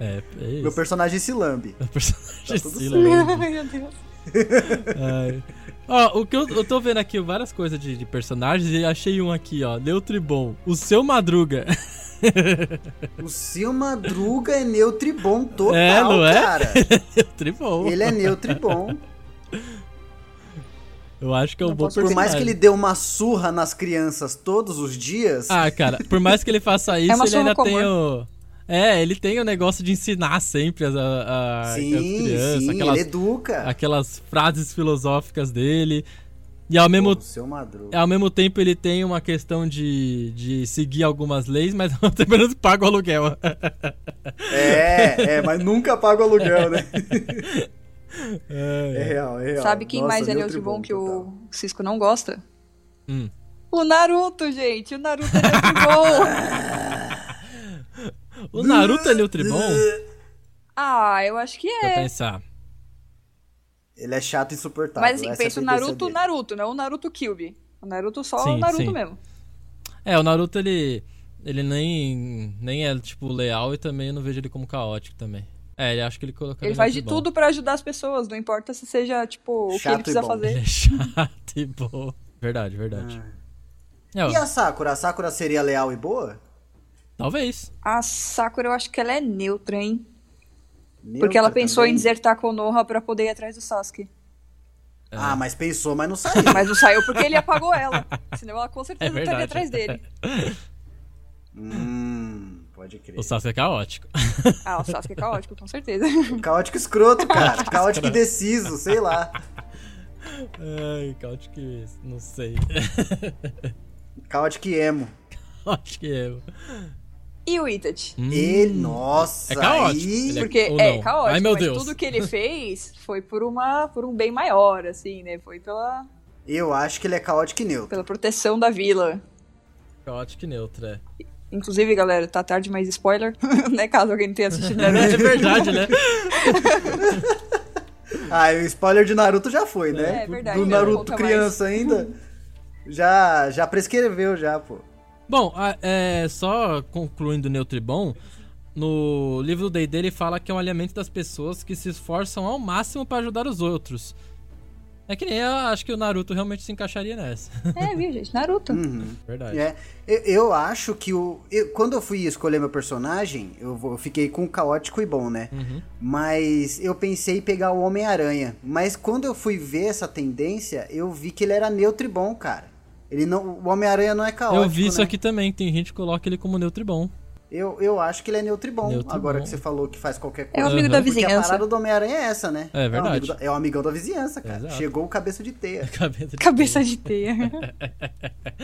Speaker 3: É, é isso.
Speaker 1: Meu personagem se lambe.
Speaker 3: O personagem
Speaker 1: tudo
Speaker 3: Sila,
Speaker 2: Ai, meu Deus.
Speaker 3: ai. Ó, o que eu, eu tô vendo aqui várias coisas de, de personagens e achei um aqui, ó. Neutro e bom. O seu Madruga. *laughs*
Speaker 1: O seu Madruga é neutro e bom total,
Speaker 3: É, não é?
Speaker 1: cara.
Speaker 3: Neutro e bom.
Speaker 1: Ele é neutro e bom.
Speaker 3: Eu acho *laughs* que é um
Speaker 2: Não
Speaker 3: bom
Speaker 2: posso
Speaker 1: Por
Speaker 3: personagem.
Speaker 1: mais que ele dê uma surra nas crianças todos os dias,
Speaker 3: Ah, cara, por mais que ele faça isso,
Speaker 2: É uma
Speaker 3: ele
Speaker 2: surra
Speaker 3: ainda
Speaker 2: com
Speaker 3: tem o. É, ele tem o negócio de ensinar sempre as, a, a- as
Speaker 1: sim,
Speaker 3: crianças,
Speaker 1: sim,
Speaker 3: aquelas,
Speaker 1: ele é educa.
Speaker 3: aquelas frases filosóficas dele. E ao mesmo
Speaker 1: Pô, o seu Madruga.
Speaker 3: ao mesmo tempo ele tem uma questão de, de seguir algumas leis, mas *laughs* ao mesmo tempo ele não paga o aluguel. Ah.
Speaker 1: É, é, mas nunca paga o aluguel, né? É
Speaker 3: *laughs* É.
Speaker 1: real, é real.
Speaker 2: Sabe quem
Speaker 1: Nossa,
Speaker 2: mais é neutro e bom que
Speaker 1: total.
Speaker 2: o Cisco não gosta?
Speaker 3: Hum.
Speaker 1: *laughs*
Speaker 2: O Naruto, gente. O Naruto é neutro e bom.
Speaker 3: O Naruto
Speaker 1: *laughs*
Speaker 3: é Neutribon?
Speaker 2: Ah, eu acho que
Speaker 3: Deixa eu
Speaker 2: é.
Speaker 3: pensar.
Speaker 1: Ele é chato e insuportável.
Speaker 2: Mas assim,
Speaker 1: essa
Speaker 2: pensa
Speaker 1: é
Speaker 2: o
Speaker 1: a tendência
Speaker 2: Naruto,
Speaker 1: dele.
Speaker 2: Naruto, não o Naruto Kyuubi. O Naruto só
Speaker 3: Sim,
Speaker 2: o Naruto
Speaker 3: sim.
Speaker 2: mesmo.
Speaker 3: É, o Naruto ele. Ele nem. Nem é, tipo, leal e também eu não vejo ele como caótico também. É, ele acho que ele colocaria.
Speaker 2: Ele faz de
Speaker 3: Neutribon.
Speaker 2: tudo pra ajudar as pessoas, não importa se seja, tipo, o que
Speaker 1: Chato
Speaker 2: ele
Speaker 1: e
Speaker 2: precisa
Speaker 1: bom.
Speaker 2: fazer.
Speaker 3: *laughs* Ele *laughs* é chato e bom. Verdade, verdade. É, ó,
Speaker 1: E a Sakura? A Sakura seria leal e boa?
Speaker 3: Talvez.
Speaker 2: A Sakura, eu acho que ela é neutra, hein? Porque ela
Speaker 1: Neutra
Speaker 2: pensou
Speaker 1: também?
Speaker 2: em desertar com Konoha pra poder ir atrás do Sasuke.
Speaker 3: É.
Speaker 1: Ah, mas pensou, mas não
Speaker 3: *laughs*
Speaker 1: saiu.
Speaker 2: Mas não saiu porque ele apagou ela. Senão ela com
Speaker 3: É
Speaker 2: certeza estaria
Speaker 3: verdade.
Speaker 2: atrás dele.
Speaker 3: *laughs*
Speaker 1: hum, pode crer.
Speaker 3: O Sasuke é caótico.
Speaker 2: Ah, o Sasuke é caótico, com certeza.
Speaker 1: Caótico escroto,
Speaker 3: *laughs*
Speaker 1: cara. Caótico e deciso, sei lá.
Speaker 3: Ai, caótico que. Não sei.
Speaker 1: Caótico e emo.
Speaker 3: *laughs* Acho que é.
Speaker 2: E o Itachi?
Speaker 3: Hum.
Speaker 1: Ele, nossa.
Speaker 3: É caótico.
Speaker 1: aí-
Speaker 3: Ele
Speaker 2: Porque
Speaker 3: Ou
Speaker 2: é
Speaker 3: não.
Speaker 2: caótico,
Speaker 3: Ai, meu
Speaker 2: mas
Speaker 3: Deus.
Speaker 2: tudo que ele fez foi por uma por um bem maior, assim, né? Foi pela,
Speaker 1: Eu acho que ele é caótico e neutro.
Speaker 2: pela proteção da vila.
Speaker 3: Caótico e neutro, é.
Speaker 2: Inclusive, galera, tá tarde, mas spoiler, *laughs* né? Caso alguém não tenha assistido
Speaker 3: *laughs*
Speaker 2: ainda.
Speaker 3: É verdade, né?
Speaker 1: Ah, e o spoiler de Naruto já foi, né?
Speaker 2: É, é verdade,
Speaker 1: Do
Speaker 2: né?
Speaker 1: Naruto
Speaker 2: Conta
Speaker 1: criança
Speaker 2: *laughs*
Speaker 1: ainda. Já, já prescreveu, já, pô.
Speaker 3: Bom, a- é, só concluindo o Neutribon, no livro do D&D ele fala que é um alimento das pessoas que se esforçam ao máximo pra ajudar os outros. É que nem eu acho que o Naruto realmente se encaixaria nessa.
Speaker 2: É, viu, gente? Naruto.
Speaker 1: Uhum.
Speaker 3: Verdade.
Speaker 1: É, eu, eu acho que o. eu- quando eu fui escolher meu personagem, eu, vou- eu fiquei com caótico e bom, né?
Speaker 3: Uhum.
Speaker 1: Mas eu pensei em pegar o Homem-Aranha. Mas quando eu fui ver essa tendência, eu vi que ele era neutro e bom, cara. Ele não, o Homem-Aranha não é caótico.
Speaker 3: eu vi isso
Speaker 1: né?
Speaker 3: aqui também, tem gente que coloca ele como Neutribon. *laughs*
Speaker 1: Eu, eu acho que ele é neutro e bom.
Speaker 3: Neutro e
Speaker 1: agora
Speaker 3: bom.
Speaker 1: que você falou que faz qualquer
Speaker 2: É
Speaker 1: coisa.
Speaker 2: o amigo
Speaker 3: Uhum.
Speaker 2: da
Speaker 1: Porque a
Speaker 2: vizinhança.
Speaker 1: parada do Homem-Aranha é essa, né?
Speaker 3: É
Speaker 1: o,
Speaker 3: verdade.
Speaker 1: amigo da- é o amigão da vizinhança, cara.
Speaker 3: Exato.
Speaker 1: Chegou o cabeça de teia.
Speaker 3: Cabeça de
Speaker 2: Cabeça de teia.
Speaker 3: *laughs*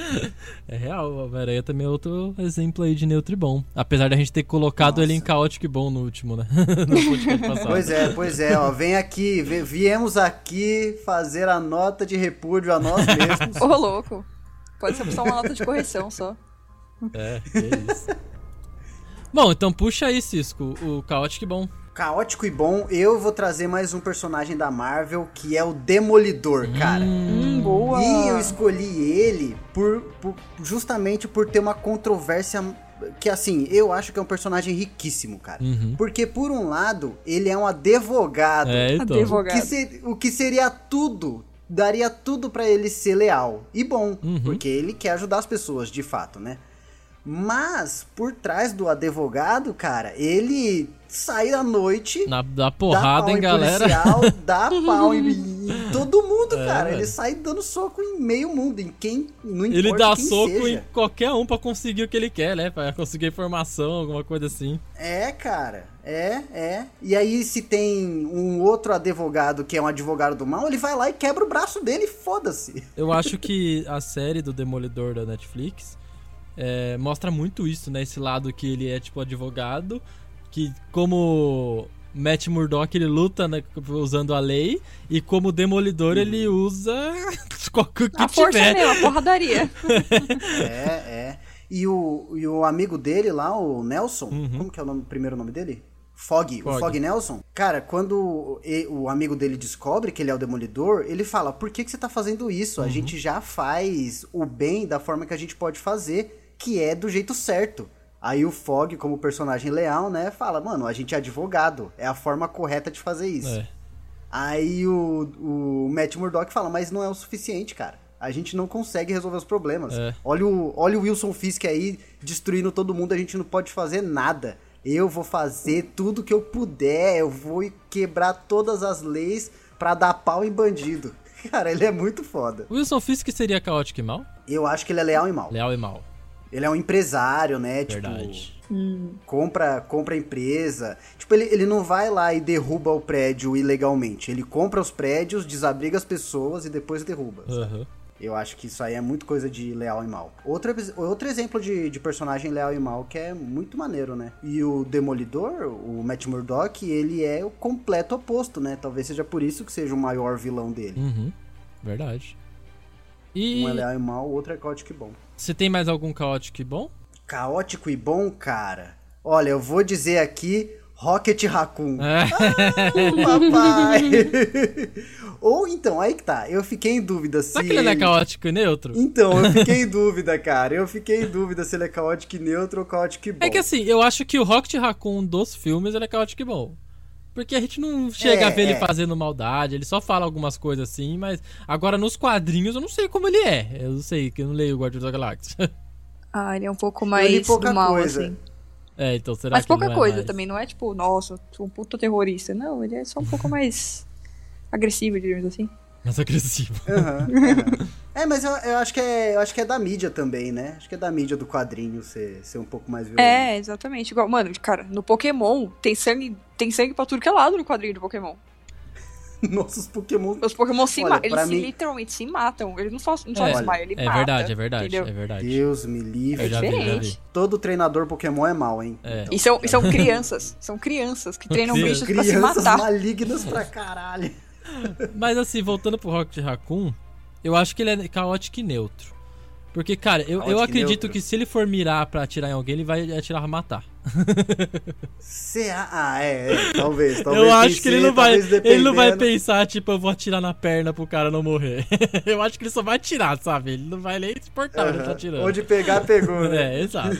Speaker 3: É real, o Homem-Aranha também é outro exemplo aí de Neutribon. Apesar da gente ter colocado ele em Caótico e Bom no último, né? *laughs* no podcast
Speaker 1: *laughs*
Speaker 3: passado.
Speaker 1: Pois é, pois é, ó. Vem aqui, vi- viemos aqui fazer a nota de repúdio a nós mesmos.
Speaker 2: Ô, louco. Pode ser só uma nota de correção só.
Speaker 3: É, que isso. Bom, então puxa aí, Cisco, o Caótico e Bom.
Speaker 1: *laughs* Caótico e bom, eu vou trazer mais um personagem da Marvel que é o Demolidor, cara.
Speaker 2: Hum, boa.
Speaker 1: E eu escolhi ele por, por- justamente por ter uma controvérsia que, assim, eu acho que é um personagem riquíssimo, cara.
Speaker 3: Uhum.
Speaker 1: Porque, por um lado, ele é um advogado.
Speaker 3: É, então.
Speaker 1: O que,
Speaker 2: Advogado.
Speaker 1: ser- o que seria tudo, daria tudo pra ele ser leal e bom,
Speaker 3: Uhum.
Speaker 1: porque ele quer ajudar as pessoas, de fato, né? Mas por trás do advogado, cara, ele sai à noite,
Speaker 3: Na, da
Speaker 1: dá
Speaker 3: porrada,
Speaker 1: pau
Speaker 3: hein,
Speaker 1: em
Speaker 3: galera? *laughs*
Speaker 1: policial, dá pau em, em todo mundo,
Speaker 3: É,
Speaker 1: cara.
Speaker 3: velho.
Speaker 1: Ele sai dando soco em meio mundo, em quem não importa
Speaker 3: Ele dá
Speaker 1: quem
Speaker 3: soco
Speaker 1: seja.
Speaker 3: em qualquer um pra conseguir o que ele quer, né? Pra conseguir informação, alguma coisa assim.
Speaker 1: É, cara. É, é. E aí, se tem um outro advogado que é um advogado do mal, ele vai lá e quebra o braço dele e foda-se.
Speaker 3: Eu acho que a série do Demolidor da Netflix é, mostra muito isso, né? Esse lado que ele é, tipo, advogado, que como Matt Murdock ele luta né, usando a lei, e como Demolidor ele
Speaker 1: Uhum.
Speaker 3: usa *laughs* qualquer o que
Speaker 2: A força
Speaker 3: tiver.
Speaker 2: mesmo, a porradaria.
Speaker 1: É, é. E o, e o amigo dele lá, o Nelson,
Speaker 3: Uhum.
Speaker 1: como que é o nome- primeiro nome dele? Fog,
Speaker 3: Fog.
Speaker 1: o Fog Nelson. Cara, quando e- o amigo dele descobre que ele é o Demolidor, ele fala, por que, que você tá fazendo isso?
Speaker 3: Uhum.
Speaker 1: A gente já faz o bem da forma que a gente pode fazer, que é do jeito certo. Aí o Fog, como personagem leal, né, fala, mano, a gente é advogado, é a forma correta de fazer isso.
Speaker 3: É.
Speaker 1: Aí o, o Matt Murdock fala, mas não é o suficiente, cara. A gente não consegue resolver os problemas.
Speaker 3: É.
Speaker 1: Olha, o, olha o Wilson Fisk aí destruindo todo mundo, a gente não pode fazer nada. Eu vou fazer tudo que eu puder, eu vou quebrar todas as leis pra dar pau em bandido. *laughs* Cara, ele é muito foda.
Speaker 3: Wilson Fisk seria caótico e mal?
Speaker 1: Eu acho que ele é leal e mal.
Speaker 3: Leal e mal.
Speaker 1: Ele é um empresário, né? Tipo,
Speaker 3: Verdade.
Speaker 1: compra compra a empresa. Tipo, ele, ele não vai lá e derruba o prédio ilegalmente. Ele compra os prédios, desabriga as pessoas e depois derruba.
Speaker 3: Aham.
Speaker 1: Eu acho que isso aí é muito coisa de leal e mal. Outro, epi- outro exemplo de, de personagem leal e mal que é muito maneiro, né? E o Demolidor, o Matt Murdock, ele é o completo oposto, né? Talvez seja por isso que seja o maior vilão dele.
Speaker 3: Uhum. Verdade. E
Speaker 1: Um é leal e mal, o outro é caótico e bom.
Speaker 3: você tem mais algum caótico e bom?
Speaker 1: Caótico e bom, cara. Olha, eu vou dizer aqui Rocket Raccoon.
Speaker 3: *laughs*
Speaker 1: Uh,
Speaker 3: É.
Speaker 1: Papai! *laughs* Ou então, aí que tá. Eu fiquei em dúvida se.
Speaker 3: Só que ele não é
Speaker 1: ele-
Speaker 3: caótico e neutro.
Speaker 1: Então,
Speaker 3: *laughs*
Speaker 1: eu fiquei em dúvida, cara. Eu fiquei em dúvida se ele é caótico e neutro ou caótico e bom.
Speaker 3: É que assim, eu acho que o Rocket Raccoon dos filmes ele é caótico e bom. Porque a gente não chega
Speaker 1: É,
Speaker 3: a ver ele
Speaker 1: é.
Speaker 3: fazendo maldade, ele só fala algumas coisas assim, mas agora nos quadrinhos eu não sei como ele é. Eu não sei, que eu não leio o Guardiões da Galáxia. *laughs*
Speaker 2: Ah, ele é um pouco
Speaker 1: Eu li
Speaker 2: mais
Speaker 1: pouca
Speaker 2: do mal,
Speaker 1: coisa.
Speaker 2: assim.
Speaker 3: É, então será
Speaker 2: Mas
Speaker 3: que ele
Speaker 2: pouca
Speaker 3: não é
Speaker 2: coisa
Speaker 3: mais?
Speaker 2: também, não é tipo, nossa, sou um puto terrorista. Não, ele é só um pouco mais agressivo, digamos assim.
Speaker 3: Mas agressivo.
Speaker 1: Aham, aham. É, mas eu, eu acho que é, eu acho que é da mídia também, né? Acho que é da mídia do quadrinho ser, ser um pouco mais violento.
Speaker 2: É, exatamente. Igual, mano, cara, no Pokémon tem sangue, tem sangue pra tudo que é lado no quadrinho do Pokémon.
Speaker 1: *laughs* Nossos Pokémon.
Speaker 2: Os Pokémon se
Speaker 1: Olha,
Speaker 2: ma- eles
Speaker 1: pra
Speaker 2: se
Speaker 1: mim-
Speaker 2: literalmente se matam. Eles não só, não só
Speaker 3: É,
Speaker 2: se matam, ele
Speaker 3: É
Speaker 2: mata,
Speaker 3: verdade, é verdade,
Speaker 2: entendeu?
Speaker 3: é verdade.
Speaker 1: Deus me
Speaker 3: Eu
Speaker 1: livre.
Speaker 3: já vi, já
Speaker 2: diferente.
Speaker 3: vi.
Speaker 1: Todo treinador Pokémon é mal, hein?
Speaker 3: É.
Speaker 1: Então,
Speaker 2: E são, e
Speaker 1: já-
Speaker 2: são crianças, são crianças que treinam
Speaker 3: Crianças.
Speaker 2: bichos pra se
Speaker 1: crianças
Speaker 2: Tipo assim, matar.
Speaker 1: malignas pra caralho.
Speaker 3: Mas assim, voltando pro Rocket Raccoon, eu acho que ele é caótico e neutro. Porque, cara, eu, eu
Speaker 1: Caótico e
Speaker 3: acredito
Speaker 1: neutro?
Speaker 3: que se ele for mirar pra atirar em alguém, ele vai atirar pra matar.
Speaker 1: Cê- Ah, é, é, talvez, talvez.
Speaker 3: eu acho
Speaker 1: pensei,
Speaker 3: que ele não vai.
Speaker 1: talvez
Speaker 3: Ele não vai
Speaker 1: dependendo.
Speaker 3: pensar, tipo, eu vou atirar na perna pro cara não morrer. *laughs* eu acho que ele só vai atirar, sabe? Ele não vai nem se importar, ele tá
Speaker 1: Aham.
Speaker 3: atirando.
Speaker 1: Onde pegar, pegou, né?
Speaker 3: *laughs* É, exato.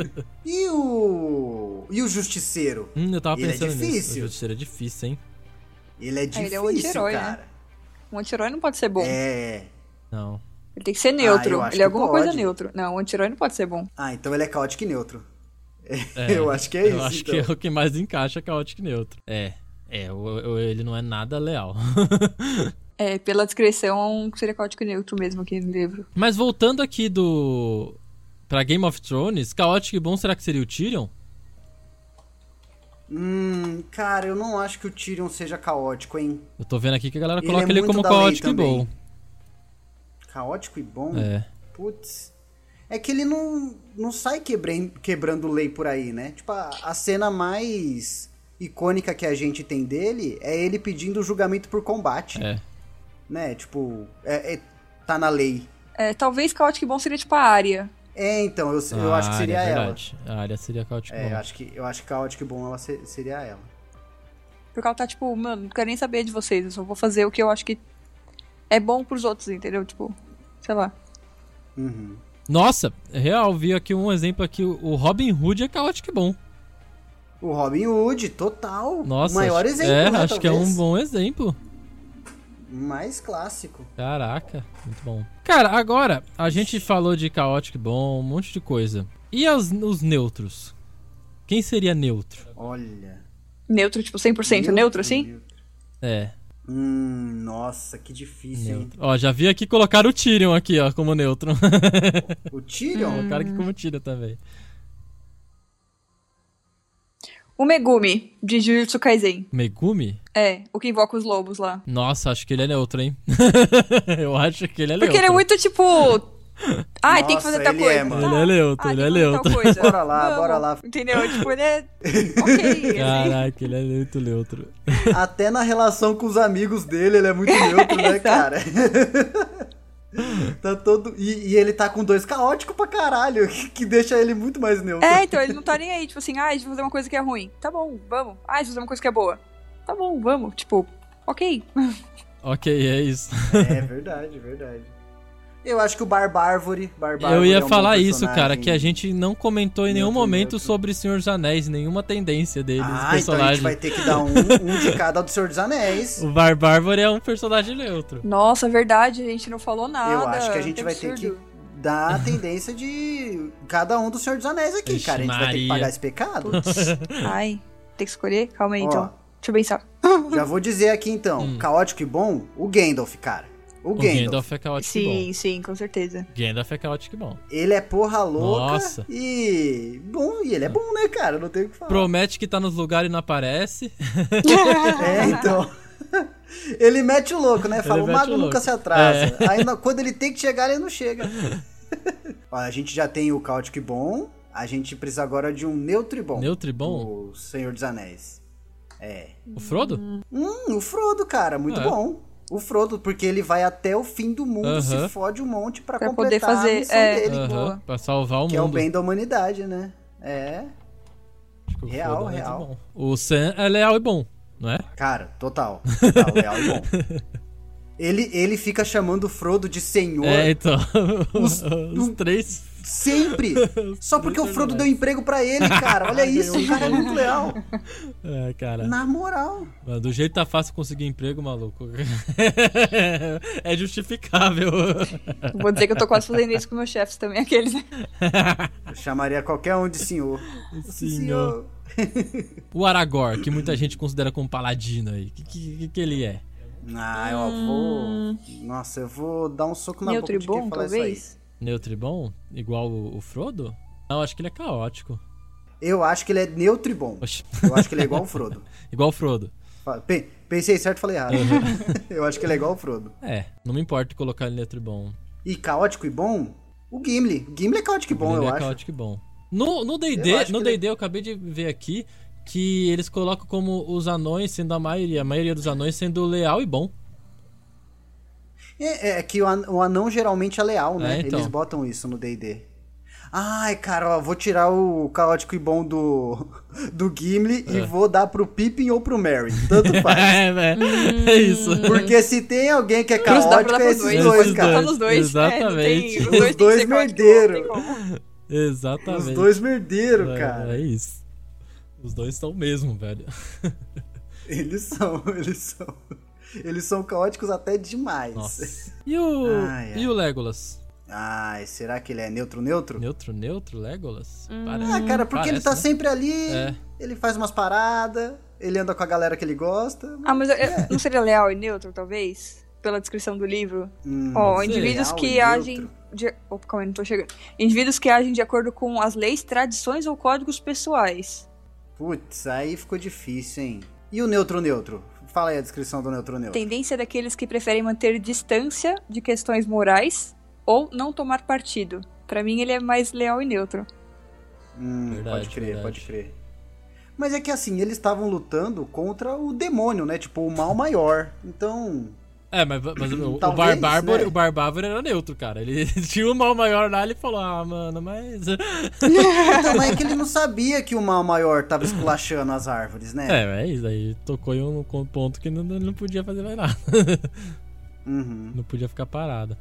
Speaker 1: *laughs* E o. E o Justiceiro?
Speaker 3: Hum, eu tava
Speaker 1: Ele é
Speaker 3: pensando nisso.
Speaker 1: difícil.
Speaker 3: O Justiceiro é difícil, hein?
Speaker 1: Ele é
Speaker 2: Ah,
Speaker 1: difícil,
Speaker 2: ele é um anti-herói, né?
Speaker 1: cara.
Speaker 2: Um anti-herói não pode ser bom.
Speaker 1: É.
Speaker 3: Não.
Speaker 2: Ele tem que ser
Speaker 1: Ah, eu
Speaker 2: neutro.
Speaker 1: acho
Speaker 2: ele é
Speaker 1: que
Speaker 2: alguma coisa
Speaker 1: pode.
Speaker 2: neutro. Não, um anti-herói não pode ser bom.
Speaker 1: Ah, então ele é caótico e neutro. *laughs*
Speaker 3: É,
Speaker 1: eu acho que é
Speaker 3: eu
Speaker 1: isso.
Speaker 3: acho
Speaker 1: então.
Speaker 3: que é o que mais encaixa caótico e neutro. É. É, o- o- ele não é nada leal. *laughs*
Speaker 2: É, pela descrição, seria caótico e neutro mesmo aqui no livro.
Speaker 3: Mas voltando aqui do. Pra Game of Thrones, caótico e bom será que seria o Tyrion?
Speaker 1: Hum, cara, eu não acho que o Tyrion seja caótico, hein?
Speaker 3: Eu tô vendo aqui que a galera
Speaker 1: Ele
Speaker 3: coloca
Speaker 1: é
Speaker 3: ele,
Speaker 1: muito
Speaker 3: como
Speaker 1: da lei
Speaker 3: caótico e
Speaker 1: também.
Speaker 3: bom.
Speaker 1: Caótico e bom?
Speaker 3: É.
Speaker 1: Putz. É que ele não, não sai quebran- quebrando lei por aí, né? Tipo, a, a cena mais icônica que a gente tem dele é ele pedindo julgamento por combate.
Speaker 3: É.
Speaker 1: Né? Tipo, é- é- tá na lei.
Speaker 2: É, talvez caótico e bom seria tipo a área.
Speaker 1: É, então, eu, eu
Speaker 3: A
Speaker 1: acho que seria
Speaker 3: área,
Speaker 1: ela.
Speaker 3: Ah, é verdade. A área seria caótico e
Speaker 1: É, eu
Speaker 3: bom.
Speaker 1: acho que, eu acho que caótico e bom ela se- seria ela.
Speaker 2: Porque ela tá tipo, mano, não quero nem saber de vocês. Eu só vou fazer o que eu acho que é bom pros outros, entendeu? Tipo, sei lá.
Speaker 1: Uhum.
Speaker 3: Nossa, real, vi aqui um exemplo aqui. O o Robin Hood é caótico e bom.
Speaker 1: O Robin Hood, total.
Speaker 3: Nossa.
Speaker 1: o maior
Speaker 3: acho-
Speaker 1: exemplo,
Speaker 3: É,
Speaker 1: né,
Speaker 3: acho que é um
Speaker 1: talvez?
Speaker 3: bom exemplo.
Speaker 1: Mais clássico.
Speaker 3: Caraca, muito bom. Cara, agora, a gente falou de caótico e bom, um monte de coisa. E as- os neutros? Quem seria neutro?
Speaker 1: Olha.
Speaker 2: Neutro, tipo, 100% neutro, assim?
Speaker 1: neutro.
Speaker 3: É,
Speaker 1: Hum, nossa, que difícil, hein?
Speaker 3: neutro. Ó, já vi aqui colocar o Tyrion aqui, ó, como neutro. *laughs*
Speaker 1: O Tyrion?
Speaker 2: Hum.
Speaker 3: Colocaram aqui como Tyrion também.
Speaker 2: O Megumi, de Jujutsu Kaisen.
Speaker 3: Megumi?
Speaker 2: É, o que invoca os lobos lá.
Speaker 3: Nossa, acho que ele é neutro, hein? *laughs* eu acho que ele é
Speaker 2: Porque
Speaker 3: neutro.
Speaker 2: ele é muito tipo.
Speaker 1: *laughs*
Speaker 2: Ai, tem que
Speaker 1: Nossa,
Speaker 2: fazer tal
Speaker 1: ele
Speaker 2: coisa.
Speaker 1: é, mano.
Speaker 3: Ele é neutro,
Speaker 2: Ah,
Speaker 3: ele
Speaker 2: tem que fazer tal
Speaker 3: é neutro.
Speaker 2: coisa.
Speaker 1: Bora lá,
Speaker 2: Vamos.
Speaker 1: bora lá.
Speaker 2: Entendeu? Tipo,
Speaker 1: *laughs*
Speaker 2: ele é. Ok. assim.
Speaker 3: Caraca, ele é muito neutro.
Speaker 1: Até na relação com os amigos dele, ele é muito neutro,
Speaker 2: *laughs*
Speaker 1: né, cara? *laughs* tá todo... e, e ele tá com dois caóticos pra caralho, *laughs* que, que deixa ele muito mais neutro. *laughs*
Speaker 2: É, então ele não tá nem aí. Tipo assim, ah, a gente vai fazer uma coisa que é ruim. Tá bom, vamos. Ah, a gente vai fazer uma coisa que é boa. Tá bom, vamos. Tipo, ok. *laughs*
Speaker 3: ok, é isso.
Speaker 1: É, verdade, verdade. Eu acho que o Barbárvore... Barbárvore
Speaker 3: eu ia
Speaker 1: é um bom
Speaker 3: falar isso, cara,
Speaker 1: personagem.
Speaker 3: que a gente não comentou em nenhum
Speaker 1: Neutro,
Speaker 3: momento
Speaker 1: neutro.
Speaker 3: sobre Senhor dos Anéis, nenhuma tendência deles,
Speaker 1: Ah, então a
Speaker 3: personagem.
Speaker 1: gente vai ter que dar um, um de cada do Senhor dos Anéis.
Speaker 3: *laughs* O Barbárvore é um personagem neutro.
Speaker 2: Nossa, verdade, a gente não falou nada.
Speaker 1: Eu
Speaker 2: tá
Speaker 1: acho que a gente vai ter que
Speaker 2: absurdo.
Speaker 1: dar a tendência de cada um do Senhor dos Anéis aqui,
Speaker 3: Vixe,
Speaker 1: cara. A gente vai ter que
Speaker 3: Maria.
Speaker 1: pagar esse pecado. *laughs*
Speaker 2: Putz, Ai, tem que escolher? Calma aí,
Speaker 1: Ó.
Speaker 2: então. Deixa eu pensar.
Speaker 1: Já vou dizer aqui então, caótico e bom, o Gandalf, cara. O,
Speaker 3: Hum. O
Speaker 1: Gandalf.
Speaker 3: Gandalf é caótico e
Speaker 2: Sim,
Speaker 3: bom.
Speaker 2: sim, com certeza.
Speaker 3: Gandalf é caótico e bom.
Speaker 1: Ele é porra louca
Speaker 3: Nossa.
Speaker 1: e bom, e ele é bom, né, cara? Não tem o que falar.
Speaker 3: Promete que tá nos lugares e não aparece.
Speaker 1: *laughs* É, então. *laughs* ele mete o louco, né? Fala,
Speaker 3: Ele
Speaker 1: o
Speaker 3: mete
Speaker 1: mago
Speaker 3: o louco." É.
Speaker 1: nunca se atrasa. Aí na- quando ele tem que chegar, ele não chega. *laughs* Olha, a gente já tem o caótico e bom, a gente precisa agora de um neutro e bom.
Speaker 3: Neutro e bom?
Speaker 1: O Senhor dos Anéis. É.
Speaker 3: O Frodo?
Speaker 1: Hum, o Frodo, cara, muito
Speaker 3: É.
Speaker 1: bom. O Frodo, porque ele vai até o fim do mundo,
Speaker 3: Aham.
Speaker 1: se fode um monte pra,
Speaker 2: Pra
Speaker 1: completar
Speaker 2: poder fazer-
Speaker 1: a missão
Speaker 2: é.
Speaker 1: dele,
Speaker 3: Aham,
Speaker 2: boa.
Speaker 3: pra salvar o
Speaker 1: que é o
Speaker 3: mundo.
Speaker 1: bem da humanidade, né? É.
Speaker 3: Acho que o
Speaker 1: Real,
Speaker 3: Frodo é muito
Speaker 1: real.
Speaker 3: bom. O Sam é leal e bom, não é?
Speaker 1: Cara,
Speaker 3: *laughs*
Speaker 1: total. Total, real e bom. Ele, ele fica chamando o Frodo de senhor
Speaker 3: É, então.
Speaker 1: *laughs* Os- um.
Speaker 3: Os, três. *laughs*
Speaker 1: sempre. Só porque o Frodo
Speaker 3: Impressionante.
Speaker 1: deu emprego pra ele, cara.
Speaker 3: *laughs*
Speaker 1: Olha isso, o cara é muito leal.
Speaker 3: É, cara.
Speaker 1: Na moral.
Speaker 3: Mano, do jeito que tá fácil conseguir emprego, maluco. *laughs* é justificável.
Speaker 2: Vou dizer que eu tô quase fazendo isso com meus chefes também, aqueles. né?
Speaker 1: Eu chamaria qualquer um de senhor.
Speaker 3: Senhor. O Aragorn, que muita gente considera como paladino aí. O que, que, que ele é?
Speaker 1: Ah, eu
Speaker 3: Hum.
Speaker 1: vou. Nossa, eu vou dar um soco na boca
Speaker 2: Neutro e
Speaker 1: de quem
Speaker 2: bom,
Speaker 1: falar isso
Speaker 2: talvez.
Speaker 3: Neutro e bom? Igual o, o Frodo? Não, acho que ele é caótico.
Speaker 1: aí. Eu acho que ele é neutro e bom.
Speaker 3: Oxi.
Speaker 1: Eu acho que ele é igual o Frodo.
Speaker 3: *laughs* Igual o Frodo.
Speaker 1: Fa- pe- Pensei certo e falei errado. *laughs* Eu acho que ele é igual o Frodo.
Speaker 3: É, não me importa colocar ele neutro e bom.
Speaker 1: E caótico e bom? O Gimli. O Gimli é caótico e bom,
Speaker 3: ele
Speaker 1: eu
Speaker 3: é
Speaker 1: acho.
Speaker 3: caótico e bom. No no
Speaker 1: Eu
Speaker 3: D&D,
Speaker 1: acho
Speaker 3: no
Speaker 1: que ele- é
Speaker 3: D&D eu acabei de ver aqui que eles colocam como os anões sendo a maioria, a maioria dos anões sendo leal e bom.
Speaker 1: É, é que o an- o anão geralmente é leal, né?
Speaker 3: É, então.
Speaker 1: Eles botam isso no D&D. Ai, cara, ó, vou tirar o caótico e bom do, *laughs* do Gimli e vou dar pro Pippin ou pro Merry. Tanto faz.
Speaker 3: *laughs* é, né? É isso.
Speaker 1: Porque se tem alguém que é
Speaker 2: Cruz dá
Speaker 1: caótico,
Speaker 2: pra dar
Speaker 1: é
Speaker 2: pros
Speaker 1: esses
Speaker 2: dois,
Speaker 1: dois,
Speaker 2: pode botar
Speaker 1: cara.
Speaker 2: nos dois.
Speaker 3: Exatamente.
Speaker 1: *laughs*
Speaker 2: É,
Speaker 1: Os
Speaker 2: não tem- tem que
Speaker 1: dois
Speaker 2: ser caótico,
Speaker 1: merdeiro.
Speaker 2: não tem como.
Speaker 3: Exatamente.
Speaker 1: Os dois merdeiros,
Speaker 3: É,
Speaker 1: cara.
Speaker 3: É isso. Os dois estão mesmo, velho.
Speaker 1: Eles são, *laughs* eles são. Eles são caóticos até demais.
Speaker 3: Nossa. E o
Speaker 1: Ai, ai.
Speaker 3: e o Legolas?
Speaker 1: Ai, será que ele é neutro-neutro?
Speaker 3: Neutro, neutro Legolas? Parece.
Speaker 1: Ah, cara, porque ele
Speaker 3: Parece,
Speaker 1: tá
Speaker 3: né?
Speaker 1: sempre ali,
Speaker 3: É.
Speaker 1: ele faz umas paradas, ele anda com a galera que ele gosta.
Speaker 2: Ah, mas eu- eu- não seria leal e neutro, talvez? Pela descrição do livro?
Speaker 1: Hum,
Speaker 2: Ó,
Speaker 3: sei.
Speaker 2: indivíduos
Speaker 1: Leal
Speaker 2: que
Speaker 1: e
Speaker 2: agem.
Speaker 1: neutro.
Speaker 2: De... Opa, calma aí, não tô chegando. Indivíduos que agem de acordo com as leis, tradições ou códigos pessoais.
Speaker 1: Putz, aí ficou difícil, hein? E o neutro-neutro? Fala aí a descrição do neutro-neutro.
Speaker 2: Tendência é daqueles que preferem manter distância de questões morais ou não tomar partido. Pra mim, ele é mais leal e neutro.
Speaker 1: Hum,
Speaker 3: Verdade,
Speaker 1: pode crer,
Speaker 3: verdade.
Speaker 1: pode crer. Mas é que assim, eles estavam lutando contra o demônio, né? Tipo, o mal maior. Então,
Speaker 3: É, mas, mas o, o
Speaker 1: Talvez,
Speaker 3: Bar Bárbaro-
Speaker 1: né?
Speaker 3: o Bar Bárbaro era neutro, cara. Ele *laughs* tinha o mal maior lá, ele falou, ah, mano, mas.
Speaker 1: então mas é que ele não sabia que o mal maior tava esculachando as árvores, né?
Speaker 3: É, é isso. Aí tocou em um con- ponto que não, não podia fazer mais nada.
Speaker 1: Uhum.
Speaker 3: não podia ficar parada.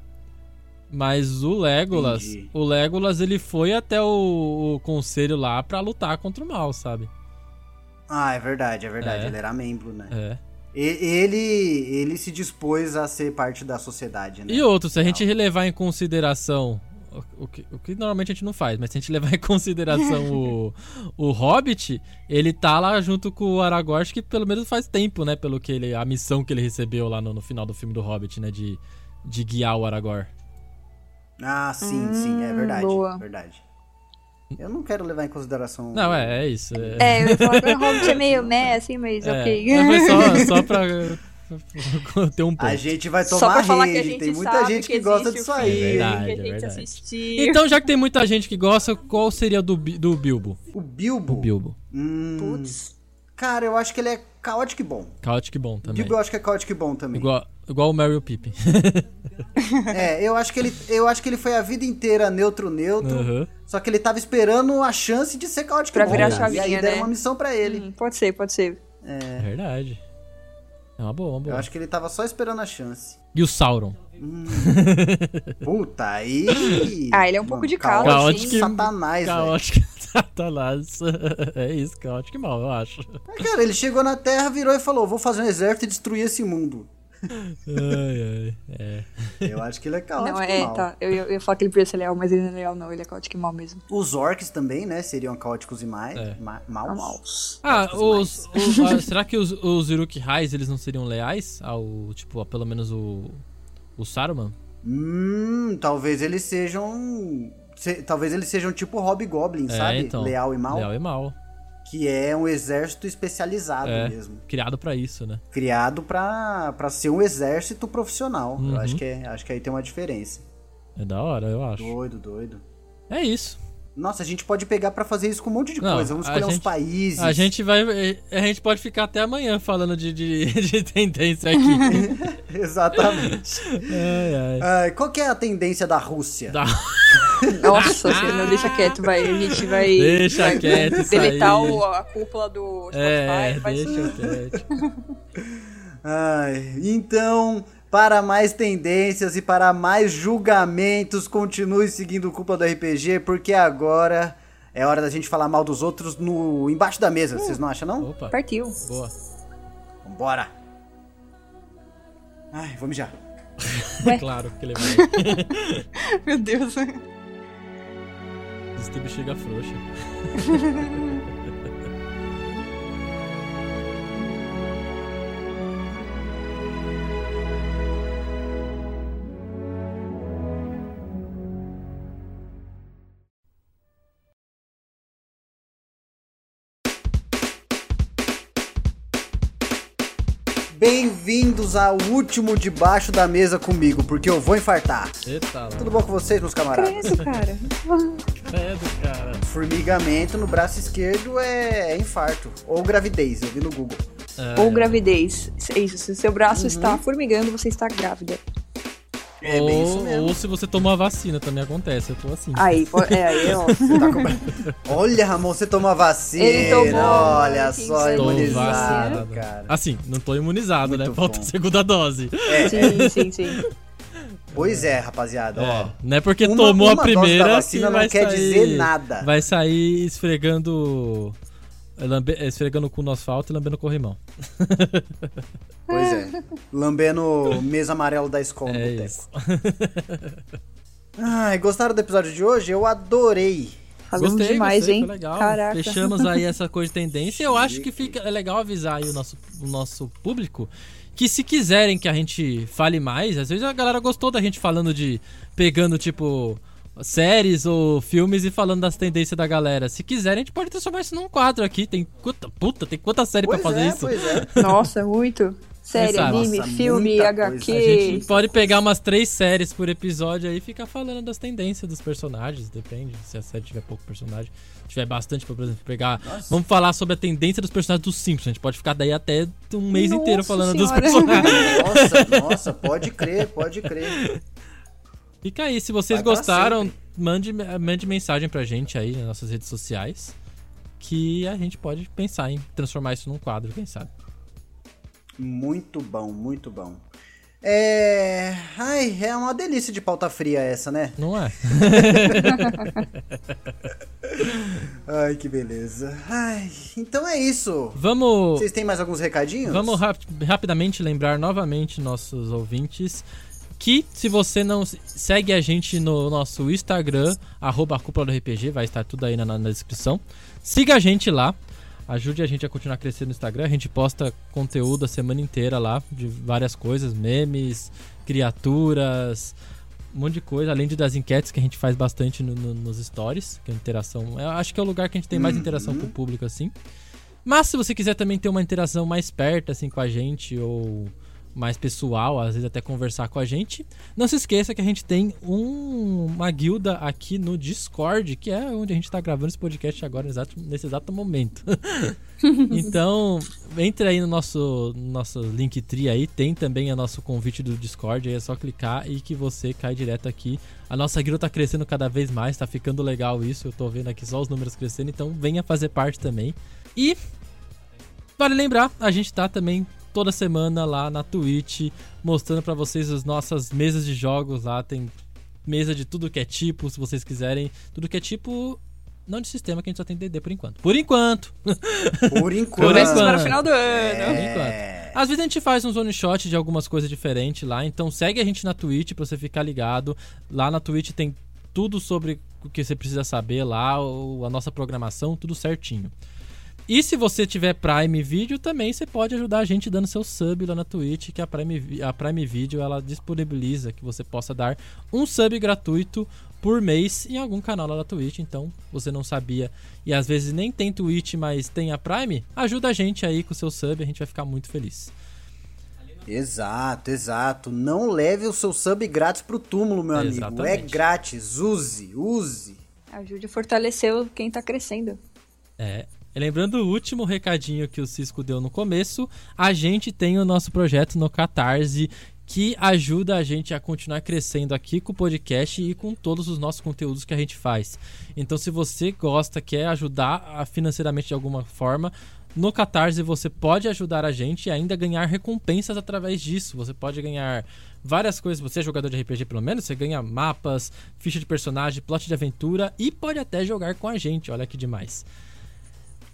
Speaker 3: Mas o Legolas,
Speaker 1: Entendi.
Speaker 3: o Legolas ele foi até o, o conselho lá pra lutar contra o mal, sabe?
Speaker 1: Ah, é verdade, é verdade.
Speaker 3: É.
Speaker 1: Ele era membro, né?
Speaker 3: É.
Speaker 1: E- ele, ele se dispôs a ser parte da sociedade, né?
Speaker 3: E outro, se a gente levar em consideração. O, o que, o que normalmente a gente não faz, mas se a gente levar *laughs* em consideração o, o Hobbit, ele tá lá junto com o Aragorn, acho que pelo menos faz tempo, né? Pelo que ele. A missão que ele recebeu lá no, no final do filme do Hobbit, né? De, de guiar o Aragorn.
Speaker 1: Ah, sim, sim, é verdade.
Speaker 2: Hum, boa.
Speaker 1: Verdade. Eu não quero levar em consideração.
Speaker 3: Não, é, é isso. É,
Speaker 2: É, eu ia falar que o Hobbit
Speaker 1: *laughs*
Speaker 2: é meio meh, assim, mas
Speaker 3: é.
Speaker 2: ok.
Speaker 3: Não,
Speaker 2: *laughs*
Speaker 3: mas só, só pra ter um ponto.
Speaker 1: A gente vai
Speaker 2: Só
Speaker 1: tomar
Speaker 2: pra falar que a
Speaker 1: rede,
Speaker 2: gente
Speaker 1: tem muita
Speaker 2: sabe
Speaker 1: gente que,
Speaker 2: que
Speaker 1: gosta
Speaker 2: existe
Speaker 1: disso
Speaker 2: o
Speaker 1: aí.
Speaker 3: É verdade.
Speaker 2: que a gente
Speaker 3: verdade.
Speaker 2: assistiu.
Speaker 3: Então, já que tem muita gente que gosta, qual seria do, Bi- do Bilbo?
Speaker 1: O Bilbo.
Speaker 3: O Bilbo.
Speaker 1: Hum,
Speaker 2: Putz.
Speaker 1: cara, eu acho que ele é caótico e bom.
Speaker 3: Chaotic Bom também.
Speaker 1: Bilbo eu acho que é caótico e bom também.
Speaker 3: Igual, igual o Mary e
Speaker 1: *laughs*
Speaker 3: o Pippin.
Speaker 1: É, eu acho que ele, eu acho que ele foi a vida inteira neutro-neutro.
Speaker 3: Uhum.
Speaker 1: Só que ele tava esperando a chance de ser caótico e
Speaker 2: Pra
Speaker 1: bom.
Speaker 2: virar
Speaker 1: cara. E aí
Speaker 2: chavinha,
Speaker 1: deram
Speaker 2: né?
Speaker 1: uma missão pra ele.
Speaker 2: Hum, pode ser, pode ser.
Speaker 3: É verdade. É uma boa, uma
Speaker 1: Eu
Speaker 3: boa.
Speaker 1: acho que ele tava só esperando a chance.
Speaker 3: E o Sauron?
Speaker 1: Puta, aí.
Speaker 2: Ah, ele é um pouco de caos,
Speaker 1: caótico.
Speaker 3: sim.
Speaker 1: Satanás, velho.
Speaker 3: Chaotic *laughs* Satanás. É isso, Chaotic mal, eu acho.
Speaker 1: Mas, Cara, ele chegou na Terra, virou e falou: vou fazer um exército e destruir esse mundo.
Speaker 3: Ai, ai. É.
Speaker 1: Eu acho que ele é caótico.
Speaker 2: *laughs* não, é,
Speaker 1: mal.
Speaker 2: tá. Eu, ia- eu ia falar que ele podia ser leal, mas ele não é leal, não. Ele é caótico e mal mesmo.
Speaker 1: Os orcs também, né? Seriam caóticos e mais.
Speaker 3: É.
Speaker 1: Ma
Speaker 2: É um
Speaker 1: maus.
Speaker 2: mal.
Speaker 3: Ah,
Speaker 1: é
Speaker 3: os, os- ah, será que os, os Uruk-hais eles não seriam leais ao, tipo, a pelo menos o, o Saruman?
Speaker 1: Hum, talvez eles sejam. se- talvez eles sejam tipo Hobgoblin,
Speaker 3: É,
Speaker 1: sabe?
Speaker 3: então.
Speaker 1: Leal e mal.
Speaker 3: Leal e mal.
Speaker 1: Que é um exército especializado
Speaker 3: É.
Speaker 1: mesmo.
Speaker 3: Criado pra isso, né?
Speaker 1: Criado pra, pra ser um exército profissional.
Speaker 3: Uhum.
Speaker 1: Eu acho que, é, acho que aí tem uma diferença.
Speaker 3: É da hora, eu acho.
Speaker 1: Doido, doido.
Speaker 3: É isso.
Speaker 1: Nossa, a gente pode pegar pra fazer isso com um monte de
Speaker 3: Não,
Speaker 1: coisa. Vamos
Speaker 3: a
Speaker 1: escolher uns
Speaker 3: gente-
Speaker 1: países.
Speaker 3: A gente vai. eh, A gente pode ficar até amanhã falando de, de, *laughs* de tendência aqui.
Speaker 1: *laughs*
Speaker 3: *laughs*
Speaker 1: Exatamente. *laughs*
Speaker 3: ai, ai.
Speaker 1: Ah, qual que é a tendência da Rússia?
Speaker 3: Dá- *laughs*
Speaker 2: Nossa, senhora, não deixa quieto, vai. A gente vai.
Speaker 3: Deixa
Speaker 2: vai
Speaker 3: quieto isso
Speaker 2: Deletar
Speaker 3: aí.
Speaker 2: o- a cúpula do Spotify. um
Speaker 3: É, tipo,
Speaker 2: vai
Speaker 3: deixa quieto.
Speaker 1: Ai, então, para mais tendências e para mais julgamentos, continue seguindo o Culpa do RPG, porque agora é hora da gente falar mal dos outros no embaixo da mesa, vocês não acham não?
Speaker 3: Opa,
Speaker 2: Partiu.
Speaker 3: boa.
Speaker 1: Vambora. Ai, vou mijar.
Speaker 2: Ué.
Speaker 3: Claro, porque ele vai.
Speaker 2: Meu *laughs* Deus.
Speaker 3: Esse time chega frouxa.
Speaker 1: Bem-vindos ao último debaixo da mesa comigo, porque eu vou infartar.
Speaker 3: Eita, lá.
Speaker 1: Tudo bom com vocês, meus
Speaker 2: Que
Speaker 1: camaradas?
Speaker 2: isso, cara?
Speaker 3: Credo, cara.
Speaker 1: Formigamento no braço esquerdo é infarto. Ou gravidez, eu vi no Google.
Speaker 3: É,
Speaker 2: Ou gravidez. É isso. Se seu braço está formigando, você está grávida.
Speaker 1: É
Speaker 3: ou,
Speaker 1: bem isso mesmo.
Speaker 3: ou se você tomou a vacina, também acontece. Eu tô assim.
Speaker 2: Aí, pô- é, aí, ó.
Speaker 1: Olha, Ramon, você toma vacina.
Speaker 2: Ele tomou,
Speaker 1: olha
Speaker 2: mano, que
Speaker 1: só,
Speaker 2: insano.
Speaker 1: imunizado,
Speaker 2: né?
Speaker 3: vacinado.
Speaker 1: cara.
Speaker 3: Assim, não tô imunizado,
Speaker 1: Muito
Speaker 3: né? Falta
Speaker 1: bom.
Speaker 3: a segunda dose.
Speaker 2: *laughs* Sim, sim, sim.
Speaker 1: Pois é, rapaziada, ó.
Speaker 3: É, não é porque
Speaker 1: Uma-
Speaker 3: tomou
Speaker 1: uma
Speaker 3: a
Speaker 1: dose da
Speaker 3: primeira
Speaker 1: vacina
Speaker 3: que
Speaker 1: não
Speaker 3: vai
Speaker 1: quer
Speaker 3: sair,
Speaker 1: dizer nada.
Speaker 3: Vai sair esfregando... eh, lambe- esfregando o cu no asfalto e lambendo o corrimão.
Speaker 1: Pois é. Lambendo o mês amarelo da escola no
Speaker 3: É
Speaker 1: boteco.
Speaker 3: isso.
Speaker 1: *laughs* Ai, gostaram do episódio de hoje? Eu adorei.
Speaker 2: Falamos
Speaker 3: gostei,
Speaker 2: demais,
Speaker 3: gostei,
Speaker 2: hein?
Speaker 3: Foi legal.
Speaker 2: Caraca.
Speaker 3: Fechamos aí essa coisa de tendência. Eu acho que fica é legal avisar aí o nosso, o nosso público que se quiserem que a gente fale mais, às vezes a galera gostou da gente falando de pegando tipo séries ou filmes e falando das tendências da galera. Se quiserem, a gente pode transformar isso num quadro aqui. Tem quanta puta, tem quanta série pra
Speaker 1: Pois
Speaker 3: fazer
Speaker 1: é,
Speaker 3: isso.
Speaker 1: pois é.
Speaker 2: Nossa, muito. Série,
Speaker 3: Nossa,
Speaker 2: anime,
Speaker 1: muita
Speaker 2: filme,
Speaker 1: coisa.
Speaker 2: HQ.
Speaker 3: A gente pode pegar umas três séries por episódio aí e ficar falando das tendências dos personagens, depende. Se a série tiver pouco personagem, tiver bastante, por exemplo, pegar. Vamos falar sobre a tendência dos personagens dos Simpsons. A gente pode ficar daí até um mês
Speaker 2: Nossa
Speaker 3: inteiro falando
Speaker 2: Senhora.
Speaker 3: dos
Speaker 2: *laughs*
Speaker 3: personagens.
Speaker 1: Nossa, nossa, pode crer, pode crer.
Speaker 3: Fica aí, se vocês
Speaker 1: Vai pra
Speaker 3: gostaram, mande, mande mensagem pra gente aí nas nossas redes sociais. Que a gente pode pensar em transformar isso num quadro, quem sabe?
Speaker 1: Muito bom, muito bom. É. Ai, é uma delícia de pauta fria essa, né?
Speaker 3: Não é?
Speaker 1: Ai, que beleza. Ai, então é isso.
Speaker 3: Vamos.
Speaker 1: Vocês têm mais alguns recadinhos?
Speaker 3: Vamos rap- rapidamente lembrar novamente nossos ouvintes que se você não se- segue a gente no nosso Instagram, arroba cúpula do RPG, vai estar tudo aí na, na- na descrição. Siga a gente lá, ajude a gente a continuar crescendo no Instagram. A gente posta conteúdo a semana inteira lá, de várias coisas, memes, criaturas, um monte de coisa, além de das enquetes que a gente faz bastante no- no- nos stories, que é a interação. Eu acho que é o lugar que a gente tem mais interação com o público, assim. Mas se você quiser também ter uma interação mais perto, assim, com a gente, ou mais pessoal, às vezes até conversar com a gente, não se esqueça que a gente tem um- uma guilda aqui no Discord, que é onde a gente tá gravando esse podcast agora, exato- nesse exato momento. *laughs* então, entre aí no nosso, nosso Linktree aí, tem também o nosso convite do Discord, aí é só clicar e que você cai direto aqui. A nossa guilda tá crescendo cada vez mais, tá ficando legal isso, eu tô vendo aqui só os números crescendo, então venha fazer parte também. E vale lembrar, a gente tá também toda semana lá na Twitch, mostrando pra vocês as nossas mesas de jogos lá, tem mesa de tudo que é tipo, se vocês quiserem, tudo que é tipo não de sistema que a gente só tem DD por enquanto. Por enquanto. *laughs*
Speaker 1: Por enquanto.
Speaker 2: Começo
Speaker 3: enquanto.
Speaker 2: para o final do ano.
Speaker 3: Por enquanto.
Speaker 1: É.
Speaker 3: Às vezes a gente faz uns one shot de algumas coisas diferentes lá, então segue a gente na Twitch pra você ficar ligado. Lá na Twitch tem tudo sobre o que você precisa saber lá, o- a nossa programação, tudo certinho. E se você tiver Prime Video também, você pode ajudar a gente dando seu sub lá na Twitch, que a Prime, Vi- a Prime Video ela disponibiliza que você possa dar um sub gratuito por mês em algum canal lá da Twitch. Então, você não sabia e às vezes nem tem Twitch, mas tem a Prime, ajuda a gente aí com o seu sub, a gente vai ficar muito feliz.
Speaker 1: Exato, exato. Não leve o seu sub grátis pro túmulo, meu amigo. É
Speaker 3: Exatamente.
Speaker 1: grátis. Use, use.
Speaker 2: Ajude a fortalecer quem tá crescendo.
Speaker 3: É. E Lembrando o último recadinho que o Cisco deu no começo, a gente tem o nosso projeto no Catarse que ajuda a gente a continuar crescendo aqui com o podcast e com todos os nossos conteúdos que a gente faz. Então, se você gosta, quer ajudar a- financeiramente de alguma forma, no Catarse você pode ajudar a gente e ainda ganhar recompensas através disso. Você pode ganhar várias coisas. Você é jogador de RPG, pelo menos, você ganha mapas, ficha de personagem, plot de aventura e pode até jogar com a gente. Olha que demais.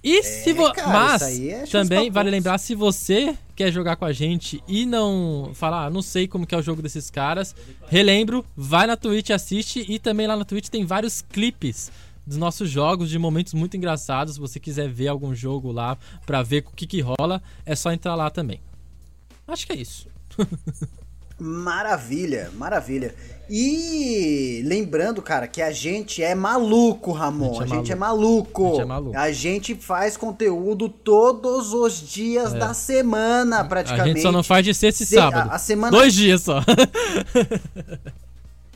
Speaker 3: E se vo...
Speaker 1: É, cara,
Speaker 3: Mas
Speaker 1: isso aí é chance
Speaker 3: também
Speaker 1: pra
Speaker 3: vale
Speaker 1: poucos.
Speaker 3: lembrar, se você quer jogar com a gente e não falar, ah, não sei como que é o jogo desses caras, relembro, vai na Twitch, assiste e também lá na Twitch tem vários clipes dos nossos jogos, de momentos muito engraçados. Se você quiser ver algum jogo lá pra ver o que que rola, é só entrar lá também. Acho que é isso.
Speaker 1: Maravilha, maravilha. E lembrando, cara, que a gente é maluco, Ramon. A gente é maluco.
Speaker 3: A gente é maluco.
Speaker 1: A gente faz conteúdo todos os dias da semana,
Speaker 3: É. A
Speaker 1: praticamente.
Speaker 3: gente só não faz de sexta e
Speaker 1: Se- a-
Speaker 3: sábado.
Speaker 1: a semana-
Speaker 3: Dois
Speaker 1: *laughs*
Speaker 3: dias só.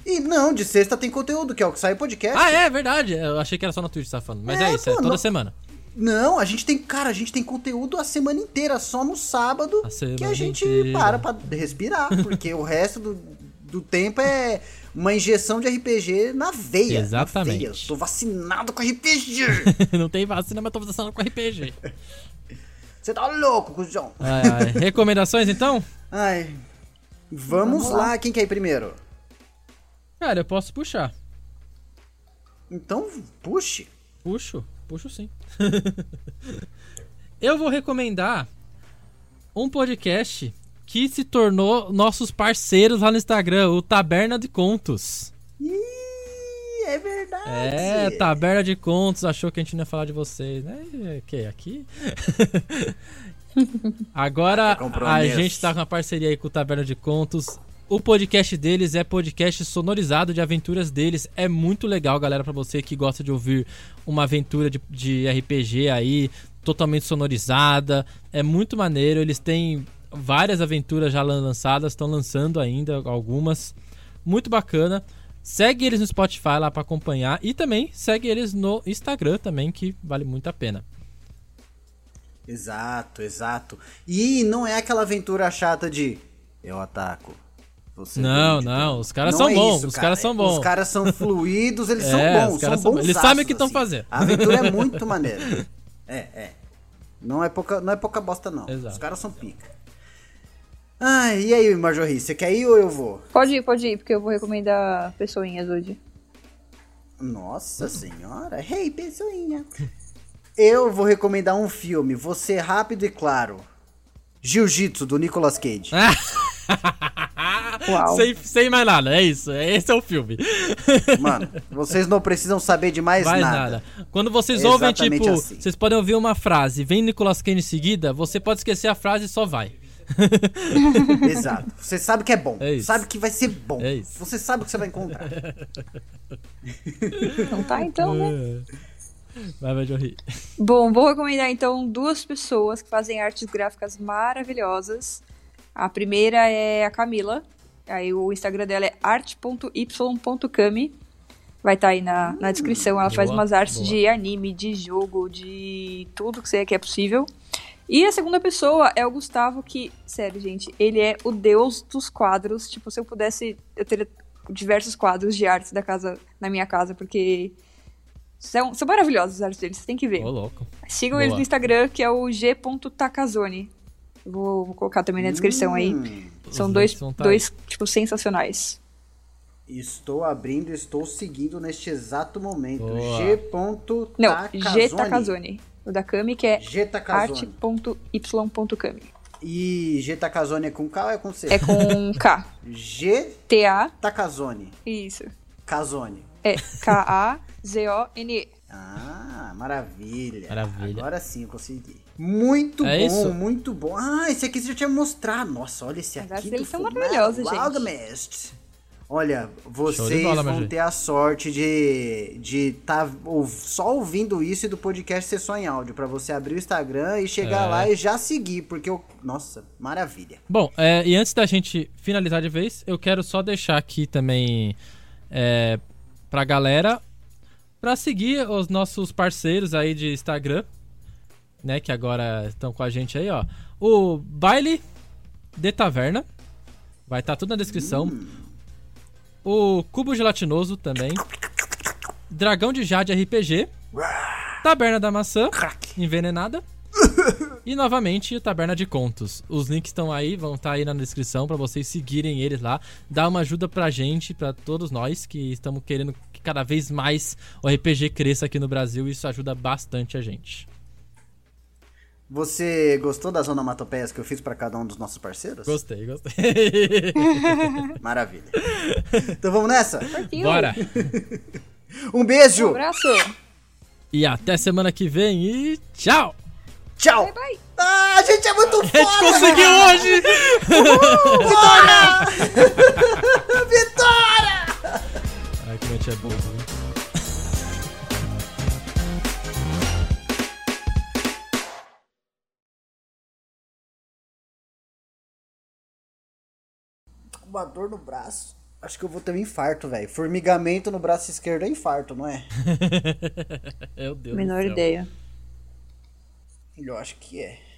Speaker 1: E não, de sexta tem conteúdo, que é o que sai podcast.
Speaker 3: ah, é verdade. Eu achei que era só na Twitch, que você tava falando. Mas é,
Speaker 1: É,
Speaker 3: isso, é
Speaker 1: pô,
Speaker 3: toda
Speaker 1: não-
Speaker 3: semana. *laughs*
Speaker 1: Não, a gente tem, cara, a gente tem conteúdo a semana inteira, só no sábado
Speaker 3: A semana
Speaker 1: que a gente
Speaker 3: inteira.
Speaker 1: para pra respirar, porque o resto do, do tempo é uma injeção de RPG na veia. na
Speaker 3: Exatamente.
Speaker 1: veia. Eu Tô vacinado com RPG.
Speaker 3: não tem vacina, mas tô vacinando com RPG.
Speaker 1: Você tá louco, cuzão.
Speaker 3: Ai, ai. Recomendações, então?
Speaker 1: Ai. Vamos,
Speaker 2: Vamos
Speaker 1: lá.
Speaker 2: lá.
Speaker 1: quem quer ir primeiro?
Speaker 3: Cara, eu posso puxar.
Speaker 1: Então, puxe.
Speaker 3: Puxo, puxo sim. *laughs* eu vou recomendar um podcast que se tornou nossos parceiros lá no Instagram, o Taberna de Contos.
Speaker 1: Ih, é verdade.
Speaker 3: É, Taberna de Contos, achou que a gente não ia falar de vocês, né? É, Que aqui? *laughs* Agora a
Speaker 1: compromisso.
Speaker 3: gente tá com uma parceria aí com o Taberna de Contos. O podcast deles é podcast sonorizado de aventuras deles. É muito legal, galera, pra você que gosta de ouvir uma aventura de, de RPG aí, totalmente sonorizada. É muito maneiro. Eles têm várias aventuras já lan- lançadas, estão lançando ainda algumas. Muito bacana. Segue eles no Spotify lá pra acompanhar e também segue eles no Instagram também, que vale muito a pena.
Speaker 1: Exato, exato. E não é aquela aventura chata de eu ataco. Você
Speaker 3: Não,
Speaker 1: vende,
Speaker 3: não,
Speaker 1: tá?
Speaker 3: os caras são bons, os
Speaker 1: cara.
Speaker 3: caras são bons.
Speaker 1: Os caras são fluidos, eles
Speaker 3: *laughs* É,
Speaker 1: são bons,
Speaker 3: os caras
Speaker 1: são
Speaker 3: são-
Speaker 1: bons.
Speaker 3: eles sabem o que tão fazendo.
Speaker 1: A aventura é
Speaker 3: *laughs*
Speaker 1: muito maneira. É, é. Não é pouca, não é pouca bosta não.
Speaker 3: Exato.
Speaker 1: Os caras são pica. Ah, e aí, Marjorie, você quer ir ou eu vou?
Speaker 2: Pode ir, pode ir, porque eu vou recomendar pessoinhas hoje.
Speaker 1: Nossa senhora, hey, pessoinha. Eu vou recomendar um filme, vou ser rápido e claro. Jiu-Jitsu, do Nicolas Cage. *laughs*
Speaker 2: Uau.
Speaker 3: sem, sem mais nada, é isso. é- Esse é o filme.
Speaker 1: Mano, vocês não precisam saber de mais
Speaker 3: *laughs* Mais
Speaker 1: nada.
Speaker 3: nada. Quando vocês
Speaker 1: É
Speaker 3: ouvem,
Speaker 1: exatamente
Speaker 3: tipo,
Speaker 1: assim.
Speaker 3: vocês podem ouvir uma frase, vem Nicolas Cage em seguida, você pode esquecer a frase e só vai.
Speaker 1: Exato. Você sabe que é bom.
Speaker 3: É isso.
Speaker 1: Sabe que vai ser bom.
Speaker 3: É isso.
Speaker 1: Você sabe o que você vai encontrar.
Speaker 2: Então tá, então, né?
Speaker 3: *laughs* Vai, vai, Jorri.
Speaker 2: Bom, vou recomendar então duas pessoas que fazem artes gráficas maravilhosas. A primeira é a Camila. Aí o Instagram dela é art.y.cami. Vai estar aí na, na descrição. Ela faz
Speaker 3: Hum, boa,
Speaker 2: umas artes
Speaker 3: boa.
Speaker 2: de anime, de jogo, de tudo que você que é possível. E a segunda pessoa é o Gustavo, que, sério, gente, ele é o deus dos quadros. Tipo, se eu pudesse, eu teria diversos quadros de artes da casa, na minha casa, porque são, são maravilhosos as artes dele, você tem que ver.
Speaker 3: Ô, louco.
Speaker 2: Sigam
Speaker 3: Boa.
Speaker 2: eles no Instagram, que é o g.takazone. Vou, vou colocar também na descrição aí.
Speaker 1: Hum,
Speaker 2: São
Speaker 3: Os
Speaker 2: dois,
Speaker 3: links vão tá
Speaker 2: dois tipo, sensacionais.
Speaker 1: Estou abrindo, estou seguindo neste exato momento.
Speaker 3: Boa.
Speaker 1: G.
Speaker 2: Não,
Speaker 1: Takazone.
Speaker 2: g.takazone. O da Kami, que é
Speaker 1: G. Takazone.
Speaker 2: arte.y.kami.
Speaker 1: E G. Takazone é com K ou é com C?
Speaker 2: É com K.
Speaker 1: G.
Speaker 2: T-A,
Speaker 1: Takazone.
Speaker 2: isso.
Speaker 1: Kazone.
Speaker 2: É K-A-Z-O-N-E.
Speaker 1: Ah, maravilha.
Speaker 3: Maravilha.
Speaker 1: Agora sim eu consegui. Muito
Speaker 3: É
Speaker 1: bom,
Speaker 3: isso?
Speaker 1: muito bom. Ah, esse aqui você já tinha mostrado. Nossa, olha esse
Speaker 2: Mas
Speaker 1: aqui.
Speaker 2: eles
Speaker 1: do
Speaker 2: são
Speaker 1: Full
Speaker 2: maravilhosos,
Speaker 1: Metal
Speaker 2: gente.
Speaker 1: Alchemist. Olha,
Speaker 3: de
Speaker 1: vocês
Speaker 3: bola,
Speaker 1: vão
Speaker 3: Marjorie.
Speaker 1: ter a sorte de de tá ou- só ouvindo isso e do podcast ser só em áudio, pra você abrir o Instagram e chegar
Speaker 3: É.
Speaker 1: lá e já seguir, porque eu, nossa, maravilha.
Speaker 3: Bom, é, e antes da gente finalizar de vez, eu quero só deixar aqui também é, pra galera Pra seguir os nossos parceiros aí de Instagram, né? Que agora estão com a gente aí, ó. O Baile de Taverna. Vai estar tudo na descrição. O Cubo Gelatinoso também. Dragão de Jade RPG. Taberna da Maçã. Envenenada. E novamente o Taberna de Contos. Os links estão aí, vão estar aí na descrição pra vocês seguirem eles lá. Dá uma ajuda pra gente, pra todos nós que estamos querendo que cada vez mais o RPG cresça aqui no Brasil. Isso ajuda bastante a gente.
Speaker 1: Você gostou das onomatopeias que eu fiz pra cada um dos nossos parceiros?
Speaker 3: Gostei, gostei.
Speaker 1: Maravilha. Então vamos nessa?
Speaker 2: Partiu.
Speaker 3: Bora!
Speaker 1: Um
Speaker 2: Um
Speaker 1: beijo!
Speaker 2: abraço.
Speaker 3: E até semana que vem e tchau!
Speaker 1: Tchau!
Speaker 2: Bye, bye.
Speaker 1: Ah, a gente é muito
Speaker 3: A gente
Speaker 1: foda!
Speaker 3: conseguiu hoje!
Speaker 1: *laughs* Vitória!
Speaker 3: Ai, como a gente é bobo. hein?
Speaker 1: Uma dor no braço. Acho que eu vou ter um infarto, velho. Formigamento no braço esquerdo é infarto, não é?
Speaker 3: *laughs* Meu Deus do
Speaker 2: Menor
Speaker 3: céu.
Speaker 2: ideia.
Speaker 1: Eu acho que é.